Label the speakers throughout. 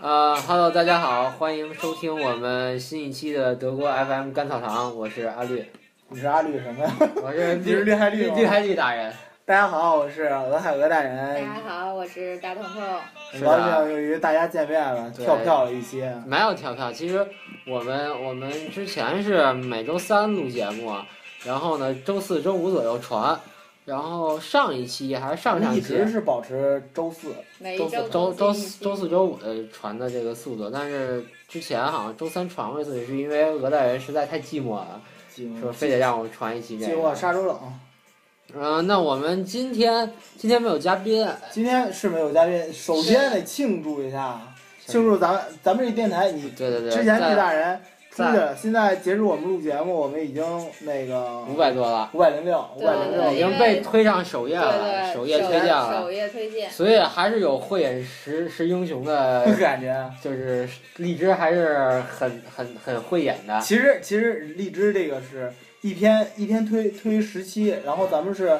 Speaker 1: 呃哈喽，大家好，欢迎收听我们新一期的德国 FM 甘草堂，我是阿绿，
Speaker 2: 你是阿绿什么 呀？
Speaker 1: 我是
Speaker 2: 你是厉害绿
Speaker 1: 绿
Speaker 2: 吗
Speaker 1: 绿海绿大人，
Speaker 2: 大家好，我是俄亥俄大
Speaker 3: 大
Speaker 2: 人，
Speaker 3: 家好，我是大彤彤。
Speaker 1: 是
Speaker 2: 很高
Speaker 1: 的，
Speaker 2: 兴与大家见面了，
Speaker 1: 对
Speaker 2: 跳票了一些。
Speaker 1: 没有跳票。其实我们我们之前是每周三录节目，然后呢周四周五左右传，然后上一期还是上上
Speaker 2: 一
Speaker 1: 期
Speaker 2: 直是保持周四，
Speaker 3: 每一
Speaker 1: 周
Speaker 3: 周
Speaker 1: 四周周
Speaker 3: 更
Speaker 1: 四
Speaker 3: 新
Speaker 1: 周四周五的传的这个速度，但是之前好像周三传过一次，是因为俄大人实在太寂寞了，
Speaker 2: 寂
Speaker 1: 说
Speaker 2: 寞
Speaker 1: 非得让我们传一期这
Speaker 2: 寂
Speaker 1: 个
Speaker 2: 寞。沙洲啊冷。
Speaker 1: 嗯、那我们今天今天没有嘉宾，
Speaker 2: 今天是没有嘉宾，首先得庆祝一下，庆祝咱们咱们这电台，你
Speaker 1: 对对对，
Speaker 2: 之前绿
Speaker 1: 在
Speaker 2: 大人出去了，现在截止我们录节目，我们已经那个
Speaker 1: 五百多了，
Speaker 2: 五百零六，五
Speaker 3: 对
Speaker 2: 百零
Speaker 1: 已
Speaker 3: 因
Speaker 2: 六，，
Speaker 3: 为
Speaker 1: 经被推上首页
Speaker 3: 对
Speaker 1: 了，
Speaker 3: 对，
Speaker 1: 首页推荐啊了，
Speaker 3: 首页推荐。
Speaker 1: 所以还是有慧眼识识英雄的
Speaker 2: 感觉。
Speaker 1: 就是荔枝还是很很很慧眼的。
Speaker 2: 其实其实荔枝这个是一篇一篇推推十期，然后咱们是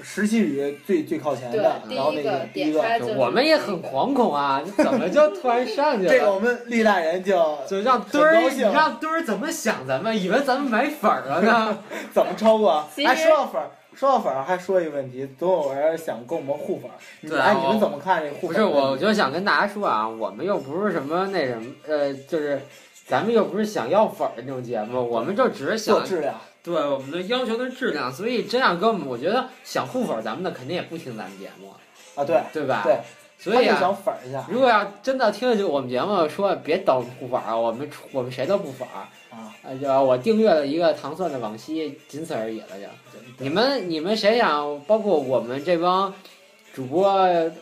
Speaker 2: 十期里最最靠前
Speaker 3: 对
Speaker 2: 的，，
Speaker 3: 第
Speaker 2: 然后那
Speaker 3: 一
Speaker 2: 个第一
Speaker 3: 点
Speaker 2: 个。
Speaker 3: 开就是
Speaker 1: 我们也很惶恐啊，你怎么就突然上去
Speaker 2: 这个
Speaker 1: 了？
Speaker 2: 我们厉大人就
Speaker 1: 就让墩儿，
Speaker 2: 很高
Speaker 1: 你
Speaker 2: 兴
Speaker 1: 让墩儿怎么想咱们？以为咱们买粉儿了呢？
Speaker 2: 怎么超过？
Speaker 3: 其实
Speaker 2: 哎，说到粉儿，说到粉儿，还说一个问题，总有人想跟我们互粉儿。你
Speaker 1: 对啊
Speaker 2: 哎，你
Speaker 1: 我
Speaker 2: 们怎么看这互
Speaker 1: 不
Speaker 2: 粉？
Speaker 1: 是，我，就想跟大家说啊，我们又不是什么那什么，呃，就是咱们又不是想要粉儿那种节目，我们就只是
Speaker 2: 做
Speaker 1: 想
Speaker 2: 质量。
Speaker 1: 对我们的要求的质量，所以这样跟我们，我觉得想互粉儿咱们的肯定也不听咱们节目，
Speaker 2: 啊，对，
Speaker 1: 对吧？
Speaker 2: 对，
Speaker 1: 所以
Speaker 2: 他就
Speaker 1: 啊，
Speaker 2: 想粉儿一下
Speaker 1: 如果要真的听了我们节目说别等互粉儿啊，我们出我们谁都不粉儿，
Speaker 2: 啊。
Speaker 1: 呃，就我订阅了一个糖蒜的往昔，仅此而已了就。你们你们谁想，包括我们这帮主播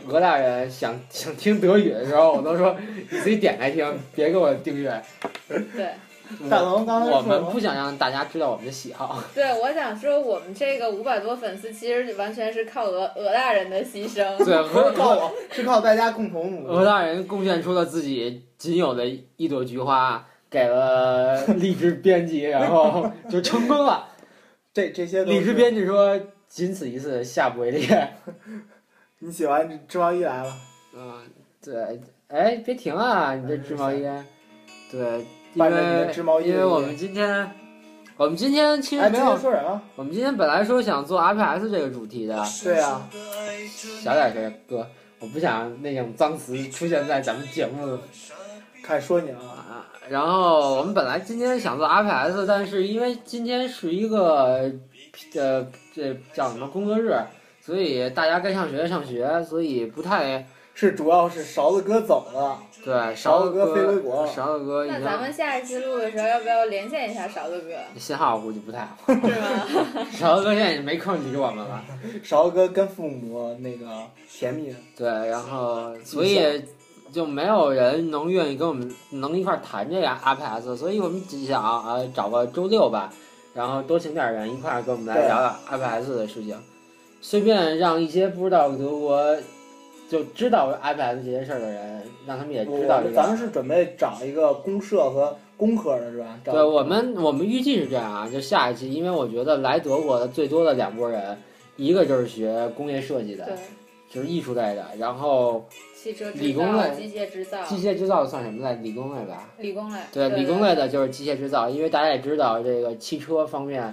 Speaker 1: 俄大人想 想听德语的时候，我都说你自己点开 听，别给我订阅。
Speaker 3: 对
Speaker 2: 大龙刚才
Speaker 1: 我
Speaker 2: 说
Speaker 1: 们
Speaker 2: 了
Speaker 1: 不想让大家知道我们的喜好。
Speaker 3: 对，我想说，我们这个五百多粉丝，其实完全是靠俄俄大人的牺牲。
Speaker 1: 对，
Speaker 2: 不是
Speaker 1: 俄
Speaker 2: 靠我，是靠大家共同努
Speaker 1: 俄
Speaker 2: 力。
Speaker 1: 大人贡献出了自己仅有的一朵菊花，给了 荔枝编辑，然后就成功了。
Speaker 2: 这这些都
Speaker 1: 荔枝
Speaker 2: 是
Speaker 1: 编辑说：“仅此一次，下不为例。”
Speaker 2: 你喜欢织毛衣来了，
Speaker 1: 嗯，对，哎，别停啊！你这织毛衣，对，因
Speaker 2: 伴着你
Speaker 1: 为
Speaker 2: 的织毛衣。
Speaker 1: 因为我们今天，我们今天其实
Speaker 2: 哎，
Speaker 1: 没
Speaker 2: 今
Speaker 1: 有
Speaker 2: 天，说什么？
Speaker 1: 我们今天本来说想做 RPS 这个主题的，
Speaker 2: 对啊，
Speaker 1: 小点声，哥，我不想那种脏词出现在咱们节目
Speaker 2: 看说你了。
Speaker 1: 啊。然后我们本来今天想做 RPS，但是因为今天是一个呃这叫什么工作日，所以大家该上学上学，所以不太
Speaker 2: 是主要是勺子哥走了，
Speaker 1: 对。
Speaker 2: 勺
Speaker 1: 勺
Speaker 2: 子
Speaker 1: 子
Speaker 2: 哥飞
Speaker 1: 哥，
Speaker 2: 回国了。
Speaker 1: 勺子哥已
Speaker 3: 那
Speaker 1: 经。
Speaker 3: 咱们下一期录的时候，要不要连线一下勺子哥？
Speaker 1: 信号估计不太好，
Speaker 3: 是 吗？
Speaker 1: 勺子哥现在也没空理我们了。
Speaker 2: 勺子哥跟父母那个甜蜜的，
Speaker 1: 对，然 后所以就没有人能愿意跟我们能一块儿谈这个 RPS，所以我们只想啊、呃找个周六吧，然后多请点人一块儿跟我们来
Speaker 2: 对
Speaker 1: 聊聊 RPS 的事情，顺便让一些不知道德国就知道 RPS 这些事儿的人，让他们也
Speaker 2: 我
Speaker 1: 知道这
Speaker 2: 们
Speaker 1: 个。
Speaker 2: 咱们是准备找一个公社和工科的是吧？找
Speaker 1: 对我们，我们预计是这样啊，就下一期，因为我觉得来德国的最多的两拨人，一个就是学工业设计的，
Speaker 3: 对，
Speaker 1: 就是艺术类的，然后
Speaker 3: 汽车
Speaker 1: 理
Speaker 3: 制
Speaker 1: 工
Speaker 3: 造、
Speaker 1: 类
Speaker 3: 机械制造、
Speaker 1: 机械制造算什么类？理工类吧。
Speaker 3: 理工类。
Speaker 1: 对，理工类的就是机械制造，因为大家也知道这个汽车方面，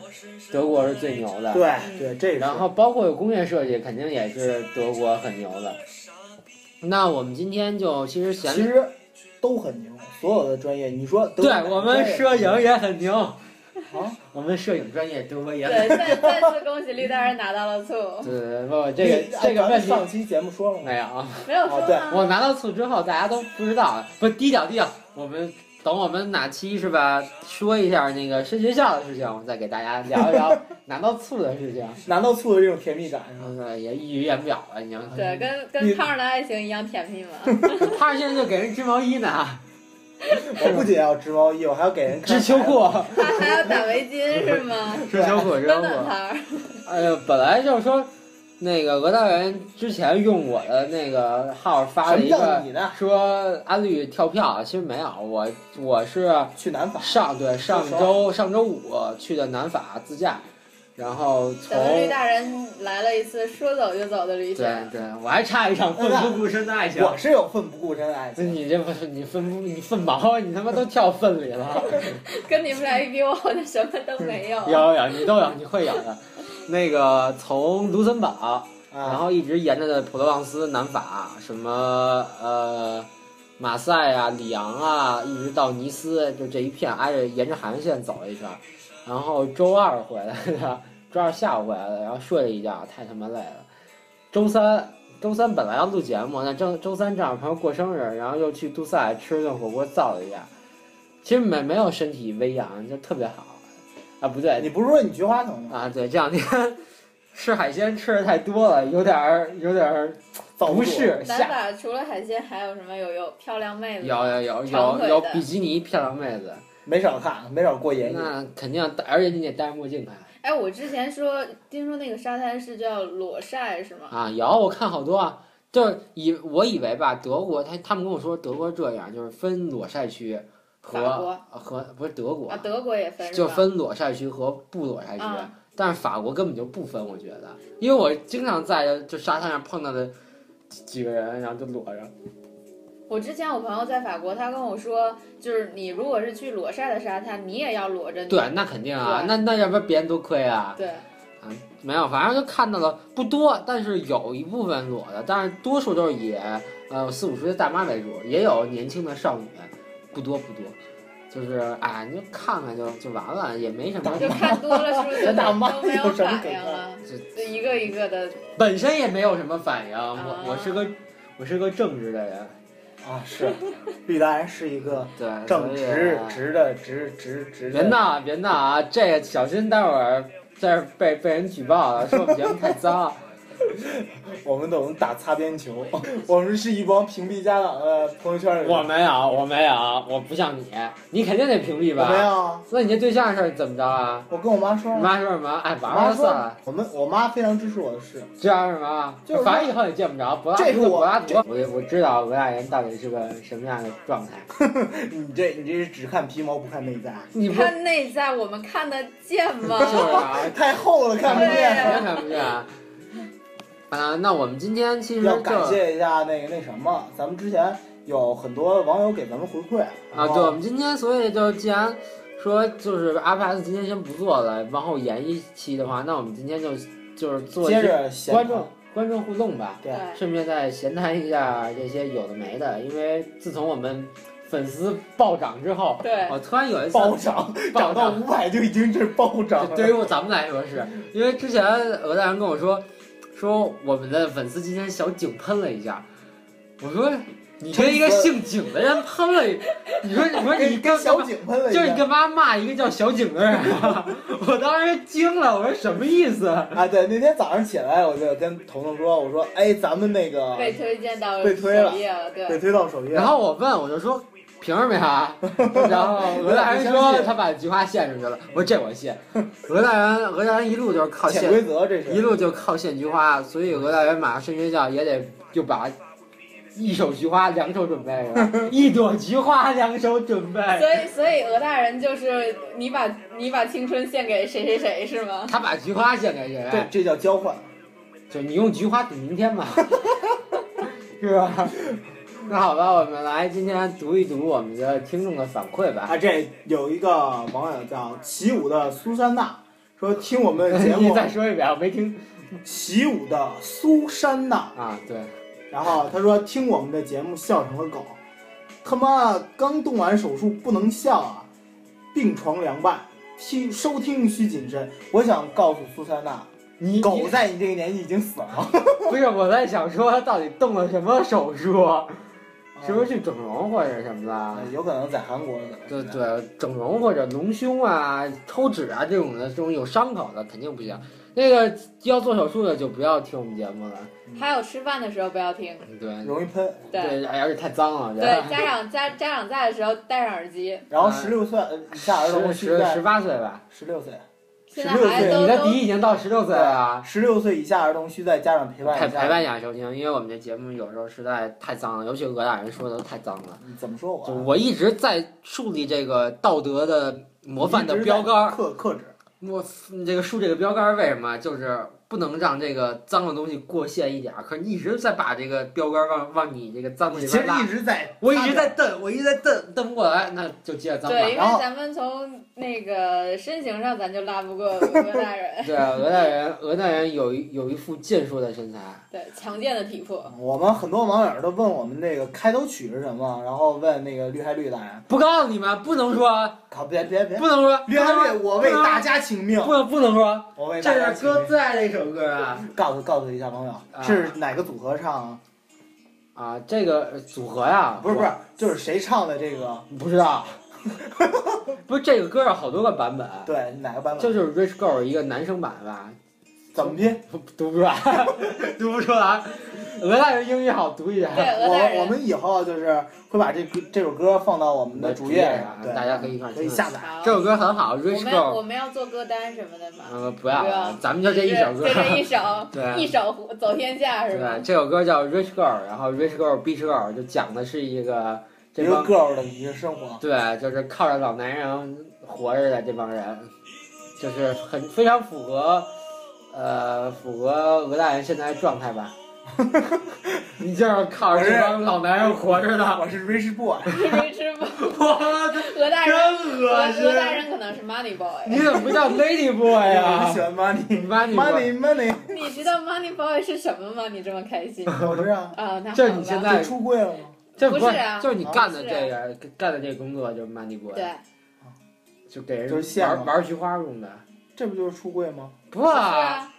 Speaker 1: 德国是最牛的。
Speaker 2: 对
Speaker 3: 嗯
Speaker 2: 对，这是
Speaker 1: 然后包括工业设计，肯定也是德国很牛的。那我们今天就其实
Speaker 2: 其
Speaker 1: 闲，
Speaker 2: 实都很牛，所有的专业，你说
Speaker 1: 对
Speaker 2: 德国哎哪个
Speaker 1: 我们摄
Speaker 2: 专业
Speaker 1: 影也很牛
Speaker 2: 啊，
Speaker 1: 我们摄影专业德国也很
Speaker 3: 对，再再次恭喜绿大人拿到了醋，
Speaker 1: 对对，不，这个
Speaker 2: 哎
Speaker 1: 这个
Speaker 2: 咱
Speaker 1: 问
Speaker 2: 们
Speaker 1: 题
Speaker 2: 上期节目说了吗？
Speaker 1: 没有啊。
Speaker 3: 没有
Speaker 2: 哦
Speaker 3: 说
Speaker 2: 对
Speaker 3: 吗？
Speaker 1: 我拿到醋之后，大家都不知道，不低调低调。我们等我们哪期是吧，说一下那个升学校的事情，我们再给大家聊一聊 拿到醋的事情。
Speaker 2: 拿到醋的这种甜 蜜感是吧？
Speaker 1: 嗯，也溢于言表了，已经。
Speaker 3: 对，跟
Speaker 2: 你
Speaker 3: 跟胖儿的爱情一样甜蜜嘛。
Speaker 1: 他现在就给人织毛衣呢，
Speaker 2: 我不仅要 织毛衣，我还要给人看
Speaker 1: 织秋裤，
Speaker 3: 他还要打围巾是吗？
Speaker 1: 织秋裤，织秋裤。
Speaker 3: 暖暖牌
Speaker 1: 哎呀，本来就是说，那个俄大人之前用我的那个号发
Speaker 2: 什
Speaker 1: 了一
Speaker 2: 么叫
Speaker 1: 个
Speaker 2: 你呢？
Speaker 1: 说阿绿跳票，其实没有，我我是。
Speaker 2: 去南法
Speaker 1: 上对上
Speaker 2: 说实话
Speaker 1: 周上周五去的南法自驾，然后从
Speaker 3: 咱们绿大人来了一次说走就走的旅程，
Speaker 1: 对对，我还差一场奋不顾身的爱情。
Speaker 2: 我是有奋不顾身的爱情，
Speaker 1: 你这不是你粪不你粪毛，啊你他妈都跳粪里了。
Speaker 3: 跟你们俩一比，我好像什么都没有。
Speaker 1: 有有，你都有，你会有的。那个从卢森堡，然
Speaker 2: 啊，
Speaker 1: 后一直沿着的普罗旺斯、南法，什么呃马赛啊、里昂啊，一直到尼斯，就这一片挨着沿着海岸线走了一圈儿，然后周二回来的，周二下午回来的，然后睡了一觉，太他妈累了。周三。周三本来要录节目，那周周三正好朋友过生日，然后又去杜塞吃顿火锅造了一下，其实没没有身体微恙，就特别好。啊，不对，
Speaker 2: 你不是说你菊花疼吗？
Speaker 1: 啊，对，这两天 吃海鲜吃的太多了，有点儿有点儿
Speaker 2: 遭
Speaker 1: 不
Speaker 2: 住
Speaker 1: 适。
Speaker 3: 南
Speaker 1: 下
Speaker 3: 法除了海鲜，还有什么有有漂亮妹子？
Speaker 1: 有有有
Speaker 3: 长
Speaker 1: 有
Speaker 3: 腿
Speaker 1: 有
Speaker 3: 嗯的
Speaker 1: 比基尼漂亮妹子，
Speaker 2: 没少看，没少过眼瘾。
Speaker 1: 那肯定戴，而且你得戴着墨镜看
Speaker 3: 哎，我之前说听说那个沙滩是叫裸晒是吗？
Speaker 1: 啊。有我看好多啊，就是以我以为吧，德国他他们跟我说德国这样，就是分裸晒区
Speaker 3: 法
Speaker 1: 和啊
Speaker 3: 国
Speaker 1: 和不是德国
Speaker 3: 啊，，德国也分
Speaker 1: 就是
Speaker 3: 吧？
Speaker 1: 分裸晒区和不裸晒区。
Speaker 3: 啊，
Speaker 1: 但是法国根本就不分，我觉得，因为我经常在就沙滩上碰到的几几个人，然后就裸着。
Speaker 3: 我之前我朋友在法国，他跟我说，就是你如果是去裸晒的沙滩，你也要裸着你。
Speaker 1: 对，那肯定啊，
Speaker 3: 对
Speaker 1: 那那要不然别人多亏啊。
Speaker 3: 对
Speaker 1: 没有，反正就看到了不多，但是有一部分裸的，但是多数都是以呃四五十岁的大妈为主，也有年轻的少女，不多不多，就是哎，你就看看就就完了，也没什么，
Speaker 3: 就看多了是不是
Speaker 2: 大
Speaker 3: 都
Speaker 2: 妈
Speaker 3: 没有
Speaker 2: 有什么
Speaker 3: 反
Speaker 2: 可
Speaker 3: 应
Speaker 2: 看
Speaker 3: 了？
Speaker 1: 这
Speaker 3: 就一个一个的，
Speaker 1: 本身也没有什么反应。
Speaker 3: 啊
Speaker 1: 我我是个我是个正直的人，
Speaker 2: 啊，是，绿大人是一个
Speaker 1: 对，
Speaker 2: 正
Speaker 1: 所以啊
Speaker 2: 直直的直直直
Speaker 1: 别
Speaker 2: 的。
Speaker 1: 闹啊别闹啊，这个小心待会儿在这儿被被人举报了，说我们节目太脏。
Speaker 2: 我们都能打擦边球， 我们是一帮屏蔽家长的朋友圈里人。
Speaker 1: 我没有，我没有，我不像你，你肯定得屏蔽
Speaker 2: 我没
Speaker 1: 吧？
Speaker 2: 有啊，
Speaker 1: 那你这对象的事儿怎么着啊？
Speaker 2: 我跟我妈说
Speaker 1: 你
Speaker 2: 了，
Speaker 1: 妈说什么？哎，
Speaker 2: 我
Speaker 1: 玩
Speaker 2: 妈
Speaker 1: 玩
Speaker 2: 说
Speaker 1: 算
Speaker 2: 了
Speaker 1: 了，
Speaker 2: 我们我妈非常支持我的事。
Speaker 1: 知道什么？
Speaker 2: 就是说
Speaker 1: 啊反正以后也见不着柏拉
Speaker 2: 这是
Speaker 1: 图，
Speaker 2: 我
Speaker 1: 柏拉图。我我知道俄大人到底是个什么样的状态。
Speaker 2: 你这你这是只看皮毛不看内在，
Speaker 1: 你不
Speaker 3: 看内在我们看得见 吗？
Speaker 1: 就是啊，
Speaker 2: 太厚了看不见。
Speaker 1: 肯定看不见 啊。啊，那我们今天其实
Speaker 2: 要
Speaker 1: 就
Speaker 2: 感谢一下那个那什么，咱们之前有很多网友给咱们回馈
Speaker 1: 啊，
Speaker 2: 哦
Speaker 1: 对，我，们今天所以就既然说就是 RPS 今天先不做了，往后延一期的话，那我们今天就就是
Speaker 2: 然后
Speaker 1: 做一
Speaker 2: 接
Speaker 1: 些
Speaker 2: 着闲
Speaker 1: 观众观众互动吧。
Speaker 2: 对
Speaker 1: 顺便再闲谈一下这些有的没的，因为自从我们粉丝暴涨之后，
Speaker 3: 对
Speaker 1: 我突然有一次
Speaker 2: 暴涨，
Speaker 1: 暴
Speaker 2: 涨到
Speaker 1: 涨，
Speaker 2: 五百就已经是暴涨
Speaker 1: 对于
Speaker 2: 了。
Speaker 1: 我咱们来说是，因为之前俄大人跟我说，说我们的粉丝今天小井喷了一下，我说你跟一个姓井的人喷了一，你说你说你跟
Speaker 2: 小井喷了一
Speaker 1: 就是你
Speaker 2: 下
Speaker 1: 干嘛骂一个叫小井的人啊？我当时惊了，我说什么意思？
Speaker 2: 啊！对，那天早上起来我就跟彤彤说，我说，哎，咱们那个
Speaker 3: 被推荐到
Speaker 2: 被推了
Speaker 3: 首页了，对
Speaker 2: 被。推到首页，
Speaker 1: 然后我问，我就说凭什么呀？然后 俄大人说他把菊花献出去了，我说这我信。俄大人，俄大人一路就是靠
Speaker 2: 潜
Speaker 1: 献，
Speaker 2: 规则这
Speaker 1: 一
Speaker 2: 是。
Speaker 1: 路就靠献菊花，所以俄大人马上升学校也得就把一手菊花两手准备 着，一朵菊花两手准备。
Speaker 3: 所以，所以俄大人就是你把你把青春献给谁谁谁是吗？
Speaker 1: 他把菊花献给
Speaker 2: 这
Speaker 1: 谁？
Speaker 2: 哎
Speaker 1: 啊
Speaker 2: 这叫交换，
Speaker 1: 就你用菊花赌明天 吧，是吧？ 那好吧，我们来今天读一读我们的听众的反馈吧。
Speaker 2: 啊！这有一个网友叫起舞的苏珊娜，说听我们节
Speaker 1: 你
Speaker 2: 目啊
Speaker 1: 再说一遍，我没听
Speaker 2: 起舞的苏珊娜，
Speaker 1: 啊。对，
Speaker 2: 然后他说听我们的节目笑成了狗，他妈刚动完手术不能笑啊，病床凉拌，听收听需谨慎。我想告诉苏珊娜，
Speaker 1: 你
Speaker 2: 狗在你这个年纪已经死 了，
Speaker 1: 不是，我在想说，到底动了什么手术？啊是不是去整容或者什么
Speaker 2: 啊
Speaker 1: 的？
Speaker 2: 有可能在韩国可能
Speaker 1: 对
Speaker 2: 是
Speaker 1: 对，整容或者隆胸啊、抽脂啊这种的，这种有伤口的肯定不行。那个要做手术的就不要听我们节目了，
Speaker 3: 还有吃饭的时候不要听，
Speaker 1: 对
Speaker 2: 容易喷。
Speaker 3: 对
Speaker 1: 对，哎而且太脏了。
Speaker 3: 对，家长家家长在的时候戴上耳机，
Speaker 2: 然后
Speaker 1: 啊
Speaker 2: 十六岁呃以下儿童
Speaker 1: 十十
Speaker 2: 现在
Speaker 1: 十八岁吧，
Speaker 2: 十六岁，
Speaker 3: 现在孩子
Speaker 2: 对
Speaker 1: 你
Speaker 3: 都
Speaker 1: 的
Speaker 3: 都
Speaker 1: 底已经到十六岁了啊。
Speaker 2: 十六岁以下儿童需在家长陪伴
Speaker 1: 陪
Speaker 2: 一
Speaker 1: 陪
Speaker 2: 下。
Speaker 1: 伴一下收听，因为我们这节目有时候实在太脏了，尤其俄大人说的太脏了。
Speaker 2: 你怎么说我
Speaker 1: 就
Speaker 2: 啊？
Speaker 1: 我一直在树立这个道德的模范的标杆儿，
Speaker 2: 克克制，
Speaker 1: 我你这个竖这个标杆儿为什么就是不能让这个脏的东西过线一点儿？可是你一直在把这个标杆儿往往你这个脏的
Speaker 2: 其
Speaker 1: 里
Speaker 2: 实
Speaker 1: 边拉
Speaker 2: 一，直在，
Speaker 1: 我一直在瞪，我一直在瞪瞪不过来，那就接着脏吧。
Speaker 3: 对，因为
Speaker 2: 然后
Speaker 3: 咱们从那个身形上，咱就拉不过俄大 人，
Speaker 1: 对，啊俄代人，俄代人有一有一副健硕的身材，
Speaker 3: 对，强健的体魄。
Speaker 2: 我们很多网友都问我们那个开头曲是什么，然后问那个绿还绿大人，
Speaker 1: 不告诉你们，不能说，
Speaker 2: 可别别别，
Speaker 1: 不能说，
Speaker 2: 绿还绿，我为大家请命，
Speaker 1: 不能不能说，
Speaker 2: 我为大家
Speaker 1: 这是
Speaker 2: 请命
Speaker 1: 哥。最爱的一首歌啊
Speaker 2: 告诉告诉一下网友，是哪个组合唱啊？
Speaker 1: 啊！这个组合呀，
Speaker 2: 不是不是，就是谁唱的这个？
Speaker 1: 是不知道， 不是这个歌有好多个版本，
Speaker 2: 对，哪个版本？
Speaker 1: 这就是 Rich Girl 一个男生版吧，
Speaker 2: 怎么拼？
Speaker 1: 读不出来， 读不出来。俄大人英语好读一点。
Speaker 3: 对，俄大
Speaker 2: 我我
Speaker 3: 人。
Speaker 2: 们以后就是会把这这首歌放到我们的主页
Speaker 1: 上
Speaker 2: 上，，对，
Speaker 1: 大家可以一块儿
Speaker 2: 可以
Speaker 1: 听。
Speaker 2: 下载。
Speaker 3: 好
Speaker 1: 这首歌很好
Speaker 3: 我
Speaker 1: ，Rich
Speaker 3: 们
Speaker 1: Girl。
Speaker 3: 我们要做歌单什么的嘛。
Speaker 1: 呃，不
Speaker 3: 不要
Speaker 1: 要，咱们就这一首歌
Speaker 3: 就。这一首，一
Speaker 1: 对，
Speaker 3: 首走天下是吧
Speaker 1: 对，？这首歌叫《Rich Girl》，然后《Rich Girl》《Beach Girl》就讲的是一个
Speaker 2: 一
Speaker 1: 这
Speaker 2: 个
Speaker 1: 帮
Speaker 2: girl 的一个生活，
Speaker 1: 对，就是靠着老男人活着的这帮人，就是很非常符合，呃，符合俄大人现在的状态吧。 你就是靠着这帮老男人活着的，
Speaker 2: 我是 rich boy，
Speaker 3: 吃没吃饱？
Speaker 1: 我
Speaker 3: 俄大人，
Speaker 1: 真
Speaker 3: 俄
Speaker 1: 恶心
Speaker 3: 俄！大人可能是 money boy。
Speaker 1: 你怎么不叫 Lady Boy
Speaker 2: 我
Speaker 1: 呀
Speaker 2: 喜欢 money。
Speaker 1: ？Money Boy，
Speaker 2: money money，
Speaker 3: 你知道 money boy 是什么吗？你这么开心啊？
Speaker 2: 我知道，
Speaker 3: 那好
Speaker 1: 这你现
Speaker 3: 吧。
Speaker 1: 在
Speaker 2: 就出柜了吗？
Speaker 1: 这
Speaker 3: 不是啊
Speaker 1: 就是你
Speaker 2: 啊
Speaker 1: 干的
Speaker 3: 不
Speaker 1: 这
Speaker 3: 是
Speaker 1: 个、干的这个工作就是 Money Boy。
Speaker 3: 对，
Speaker 1: 就给人
Speaker 2: 就是羡
Speaker 1: 玩
Speaker 2: 慕
Speaker 1: 玩菊花用的。
Speaker 2: 这不就是出柜吗？
Speaker 1: 不
Speaker 3: 不是
Speaker 1: 啊，
Speaker 3: 啊，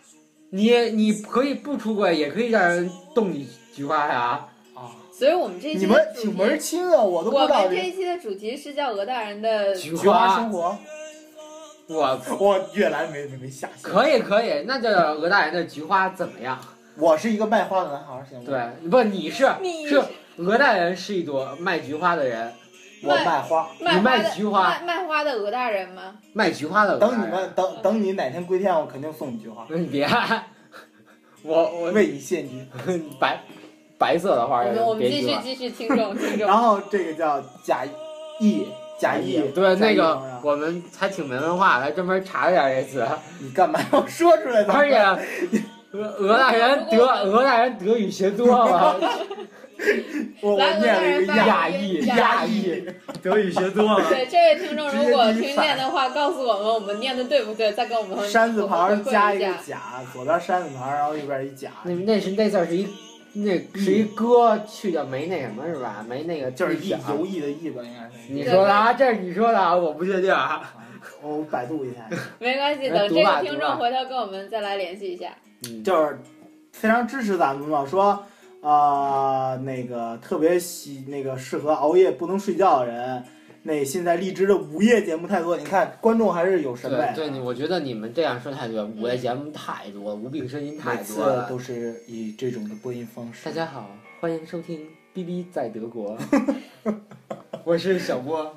Speaker 1: 你你可以不出轨，也可以让人动你菊花呀。
Speaker 2: 啊，
Speaker 3: 所以我们这一期
Speaker 2: 你
Speaker 3: 的
Speaker 2: 们
Speaker 3: 主
Speaker 2: 挺
Speaker 3: 题
Speaker 2: 门清啊，我都不
Speaker 3: 我
Speaker 2: 知道
Speaker 3: 们这
Speaker 2: 这
Speaker 3: 一期的主题是叫俄大人的
Speaker 1: 菊
Speaker 2: 菊花生活，
Speaker 1: 我
Speaker 2: 我越来没没没下线。
Speaker 1: 可以可以，那就俄大人的菊花怎么样？
Speaker 2: 我是一个卖花的男孩儿，行吗？，
Speaker 1: 对，不，你是
Speaker 3: 你
Speaker 1: 是俄大人是一朵卖菊花的人，
Speaker 2: 我卖花。
Speaker 3: 卖
Speaker 1: 你
Speaker 3: 花
Speaker 1: 卖
Speaker 3: 的
Speaker 1: 菊花
Speaker 3: 卖卖花的俄大人吗？
Speaker 1: 卖菊花的俄大
Speaker 2: 等
Speaker 1: 人。
Speaker 2: 你们等等你哪天归天，我肯定送你菊花，
Speaker 1: 们，你别， 我我
Speaker 2: 为你献菊。
Speaker 1: 白白色的花
Speaker 3: 我们我们
Speaker 1: 别菊
Speaker 3: 继续
Speaker 1: 花。
Speaker 3: 继续听众听众，
Speaker 2: 然后这个叫贾谊，贾谊，
Speaker 1: 对
Speaker 2: 贾
Speaker 1: 那
Speaker 2: 谊
Speaker 1: 个
Speaker 2: 同志
Speaker 1: 我们还挺没文化的，还专门查了点儿这词。
Speaker 2: 你干嘛要说出来 呢？
Speaker 1: 而且俄俄大人 德俄大人德语学多了，
Speaker 2: 我我
Speaker 3: 来
Speaker 2: 念了一个
Speaker 3: 俄大
Speaker 2: 亚
Speaker 3: 人
Speaker 1: 亚
Speaker 3: 翻译
Speaker 1: 裔
Speaker 3: 亚
Speaker 1: 亚
Speaker 2: 裔
Speaker 1: 裔，德语学多了。
Speaker 3: 对这位听众，
Speaker 2: 直接
Speaker 3: 如果
Speaker 2: 第一
Speaker 3: 听
Speaker 2: 反
Speaker 3: 见的话，告诉我们我们念的对不对，再跟我们
Speaker 2: 山字
Speaker 3: 我
Speaker 2: 旁
Speaker 3: 们回馈
Speaker 2: 加
Speaker 3: 一
Speaker 2: 一个
Speaker 3: 下
Speaker 2: 贾，左边山字旁，然后右边一贾，
Speaker 1: 那那是那字儿是一那是一哥去掉没那什么嗯是吧？没那个
Speaker 2: 就是
Speaker 1: 一
Speaker 2: 一游弋的弋吧，应该是。
Speaker 1: 你说的啊，这是你说的啊，我不确定啊。
Speaker 2: 啊我百度一下，
Speaker 3: 没关系，
Speaker 1: 哎
Speaker 3: 等
Speaker 1: 读
Speaker 3: 这
Speaker 1: 吧
Speaker 3: 个
Speaker 1: 读
Speaker 3: 听
Speaker 1: 吧
Speaker 3: 众回头跟我们再来联系一下。
Speaker 1: 嗯，
Speaker 2: 就是非常支持咱们嘛，说啊、那个特别喜那个适合熬夜不能睡觉的人。那现在荔枝的午夜节目太多，你看观众还是有审美的
Speaker 1: 对，对，你我觉得你们这样说太对了，午夜节目太多了，无病呻吟
Speaker 2: 每
Speaker 1: 太
Speaker 2: 次
Speaker 1: 多了。
Speaker 2: 都是以这种的播音方式。
Speaker 1: 大家好，欢迎收听《B B 在德国》，我是小波。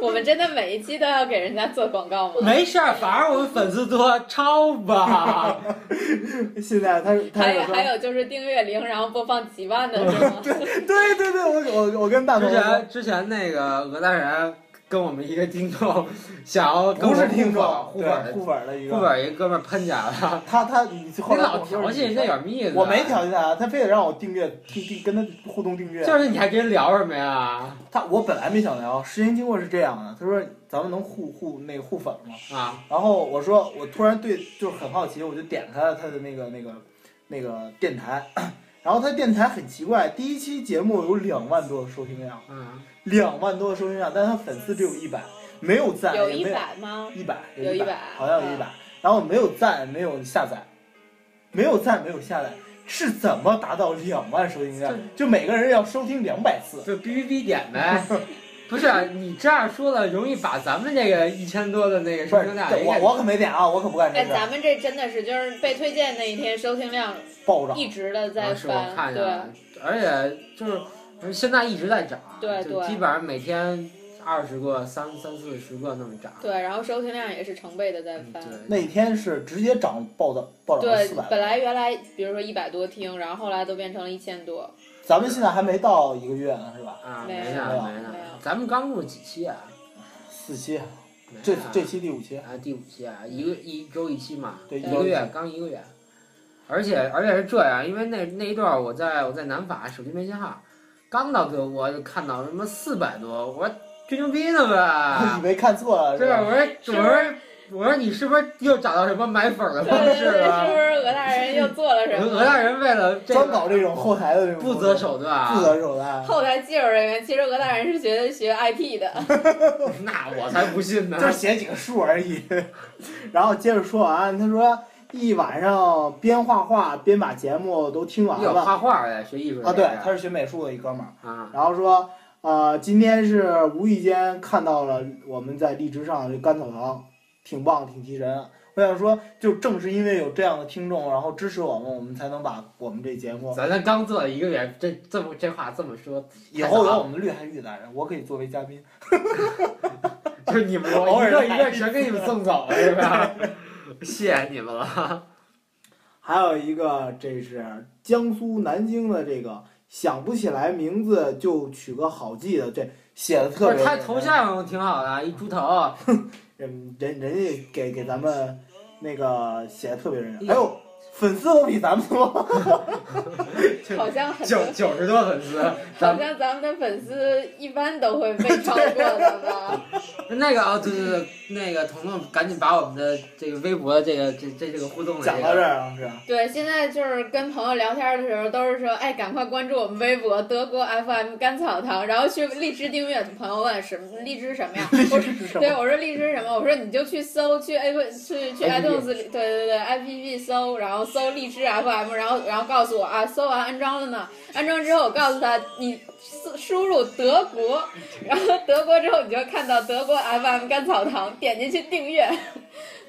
Speaker 3: 我们真的每一期都要给人家做广告吗？
Speaker 1: 没事儿，反而我们粉丝多，超 吧。
Speaker 2: 现在他他
Speaker 3: 还
Speaker 2: 有
Speaker 3: 有还
Speaker 2: 说，
Speaker 3: 有就是订阅零，然后播放几万的是吗？
Speaker 2: 对对对，我我我跟大
Speaker 1: 之
Speaker 2: 同说，
Speaker 1: 前之前那个鹅大人跟我们一个听众想要跟
Speaker 2: 不
Speaker 1: 我
Speaker 2: 是
Speaker 1: 们
Speaker 2: 听众，
Speaker 1: 互粉
Speaker 2: 对
Speaker 1: 儿
Speaker 2: 互粉儿的一
Speaker 1: 互粉儿，互
Speaker 2: 个，
Speaker 1: 粉儿一哥们儿喷起来了，
Speaker 2: 他他你
Speaker 1: 你
Speaker 2: 后来
Speaker 1: 老
Speaker 2: 跟我说
Speaker 1: 调戏人家有意思。啊
Speaker 2: 我没，调戏他，他非得让我订阅，订订跟他互动订阅。
Speaker 1: 就是你还跟人聊什么呀？
Speaker 2: 他我本来没想聊，事情经过是这样的，他说咱们能互互那个互粉吗？
Speaker 1: 啊，
Speaker 2: 然后我说我突然对就是很好奇，我就点开了他的那个那个那个电台， 然后他电台很奇怪，第一期节目有两万多的收听量，
Speaker 1: 嗯，
Speaker 2: 两万多的收听量，但是他粉丝只有一百，没有赞，
Speaker 3: 有
Speaker 2: 啊也
Speaker 3: 一
Speaker 2: 没有
Speaker 3: 百吗？
Speaker 2: 一百，
Speaker 3: 有
Speaker 2: 一
Speaker 3: 一
Speaker 2: 百，
Speaker 3: 百
Speaker 2: 好像有一百，然后没有赞，没有下载，没有赞，没有下载，是怎么达到两万收听量？就每个人要收听两百次，
Speaker 1: 就哔哔哔点 呗。不是啊你这样说了，容易把咱们这个一千多的那个
Speaker 2: 不
Speaker 1: 收
Speaker 2: 是
Speaker 1: 听量
Speaker 2: 这
Speaker 1: 也
Speaker 2: 我
Speaker 1: 给
Speaker 2: 我可没点啊，我可不干这
Speaker 3: 哎，
Speaker 2: 事儿，
Speaker 3: 咱们这真的是就是被推荐那一天收听量
Speaker 2: 暴涨。
Speaker 3: 一直的在
Speaker 1: 啊是我
Speaker 3: 翻，
Speaker 1: 看见
Speaker 3: 对
Speaker 1: 了，而且就是现在一直在涨，
Speaker 3: 对
Speaker 1: 就
Speaker 3: 对
Speaker 1: 基本上每天二十个、三三四十个那么涨。
Speaker 3: 对，然后收听量也是成倍的在
Speaker 1: 嗯
Speaker 3: 翻。
Speaker 1: 对，
Speaker 2: 那天是直接涨暴涨暴涨到
Speaker 3: 对
Speaker 2: 四百，
Speaker 3: 本来原来比如说一百多听，然后后来都变成了一千多。
Speaker 2: 咱们现在还没到一个月呢，是吧？
Speaker 1: 啊，
Speaker 3: 没
Speaker 1: 没
Speaker 3: 有
Speaker 1: 呢没
Speaker 3: 没有
Speaker 1: 呢，咱们刚录几期啊？
Speaker 2: 四期，
Speaker 1: 没
Speaker 2: 这
Speaker 1: 啊
Speaker 2: 这期第五期，
Speaker 1: 啊，第五期啊，一个一周一期嘛，
Speaker 2: 对
Speaker 1: 一
Speaker 2: 一周
Speaker 1: 个
Speaker 2: 一
Speaker 1: 月刚一个月，而且而且是这样，因为那那一段儿我在我在南法手机没信号，刚到德国就看到什么四百多，我说吹牛逼呢
Speaker 2: 以
Speaker 1: 呗，
Speaker 2: 为看错了
Speaker 1: 对
Speaker 2: 是吧？
Speaker 1: 我
Speaker 3: 是
Speaker 1: 说
Speaker 3: 不
Speaker 1: 我说我说你是不是又找到什么买粉儿的
Speaker 3: 对
Speaker 1: 方
Speaker 3: 对对，
Speaker 1: 式
Speaker 3: 是不
Speaker 1: 了？
Speaker 3: 是俄大人又做了什
Speaker 1: 俄
Speaker 3: 么？
Speaker 1: 俄大人为了这
Speaker 2: 专
Speaker 1: 个
Speaker 2: 搞这种后台的这种
Speaker 1: 不择手段啊，
Speaker 2: 不择手段，
Speaker 3: 后台技术人员，其实俄大人是学学 IT 的，
Speaker 1: 那我才不信 呢
Speaker 2: 就。是写几个数而已。 然后接着说完，他说一晚上边画画边把节目都听完
Speaker 1: 有
Speaker 2: 了
Speaker 1: 画画的，学艺术的
Speaker 2: 啊，对
Speaker 1: 也是，
Speaker 2: 他是学美术的一哥们儿。
Speaker 1: 啊，
Speaker 2: 然后说，呃，今天是无意间看到了我们在荔枝上的这甘草堂，挺棒，挺提神。我想说，就正是因为有这样的听众，然后支持我们，我们才能把我们这节目
Speaker 1: 咱咱刚做了一个月，这这么这话这么说，
Speaker 2: 以后有我们绿汉玉大人，我可以作为嘉宾。
Speaker 1: 就是你 们我
Speaker 2: 偶尔
Speaker 1: 一个一
Speaker 2: 来
Speaker 1: 个全给你们送走了，是吧？ 谢谢你们了。
Speaker 2: 还有一个，这是江苏南京的这个，想不起来名字就取个好记的，这写的特
Speaker 1: 不是
Speaker 2: 别。
Speaker 1: 他头像挺好的，一猪头，
Speaker 2: 人人人家给给咱们那个写的特别认真，还有粉丝都比咱们多，
Speaker 3: 好像很多
Speaker 1: 九九十多粉丝。
Speaker 3: 好
Speaker 1: 咱
Speaker 3: 像咱们的粉丝一般都会被超过的吧？
Speaker 1: 那个哦，对对对，那个彤彤，赶紧把我们的这个微博这个这这这个互动的
Speaker 2: 讲
Speaker 1: 这
Speaker 2: 到
Speaker 1: 个
Speaker 2: 这儿啊，是吧
Speaker 3: 对，现在就是跟朋友聊天的时候，都是说，哎，赶快关注我们微博德国 FM 甘草堂，然后去荔枝订阅。朋友问什么荔枝什么呀？我说
Speaker 2: 是什
Speaker 3: 对，
Speaker 2: 么？
Speaker 3: 我说荔枝是什么？我说你就去搜，去 A 去去
Speaker 1: APP
Speaker 3: iTunes 里，对对对，APP 搜，然后搜荔枝 FM，然后然后告诉我啊，搜完安装了呢，安装之后我告诉他，你输输入德国，然后德国之后你就会看到德国 FM 甘草堂，点进去订阅。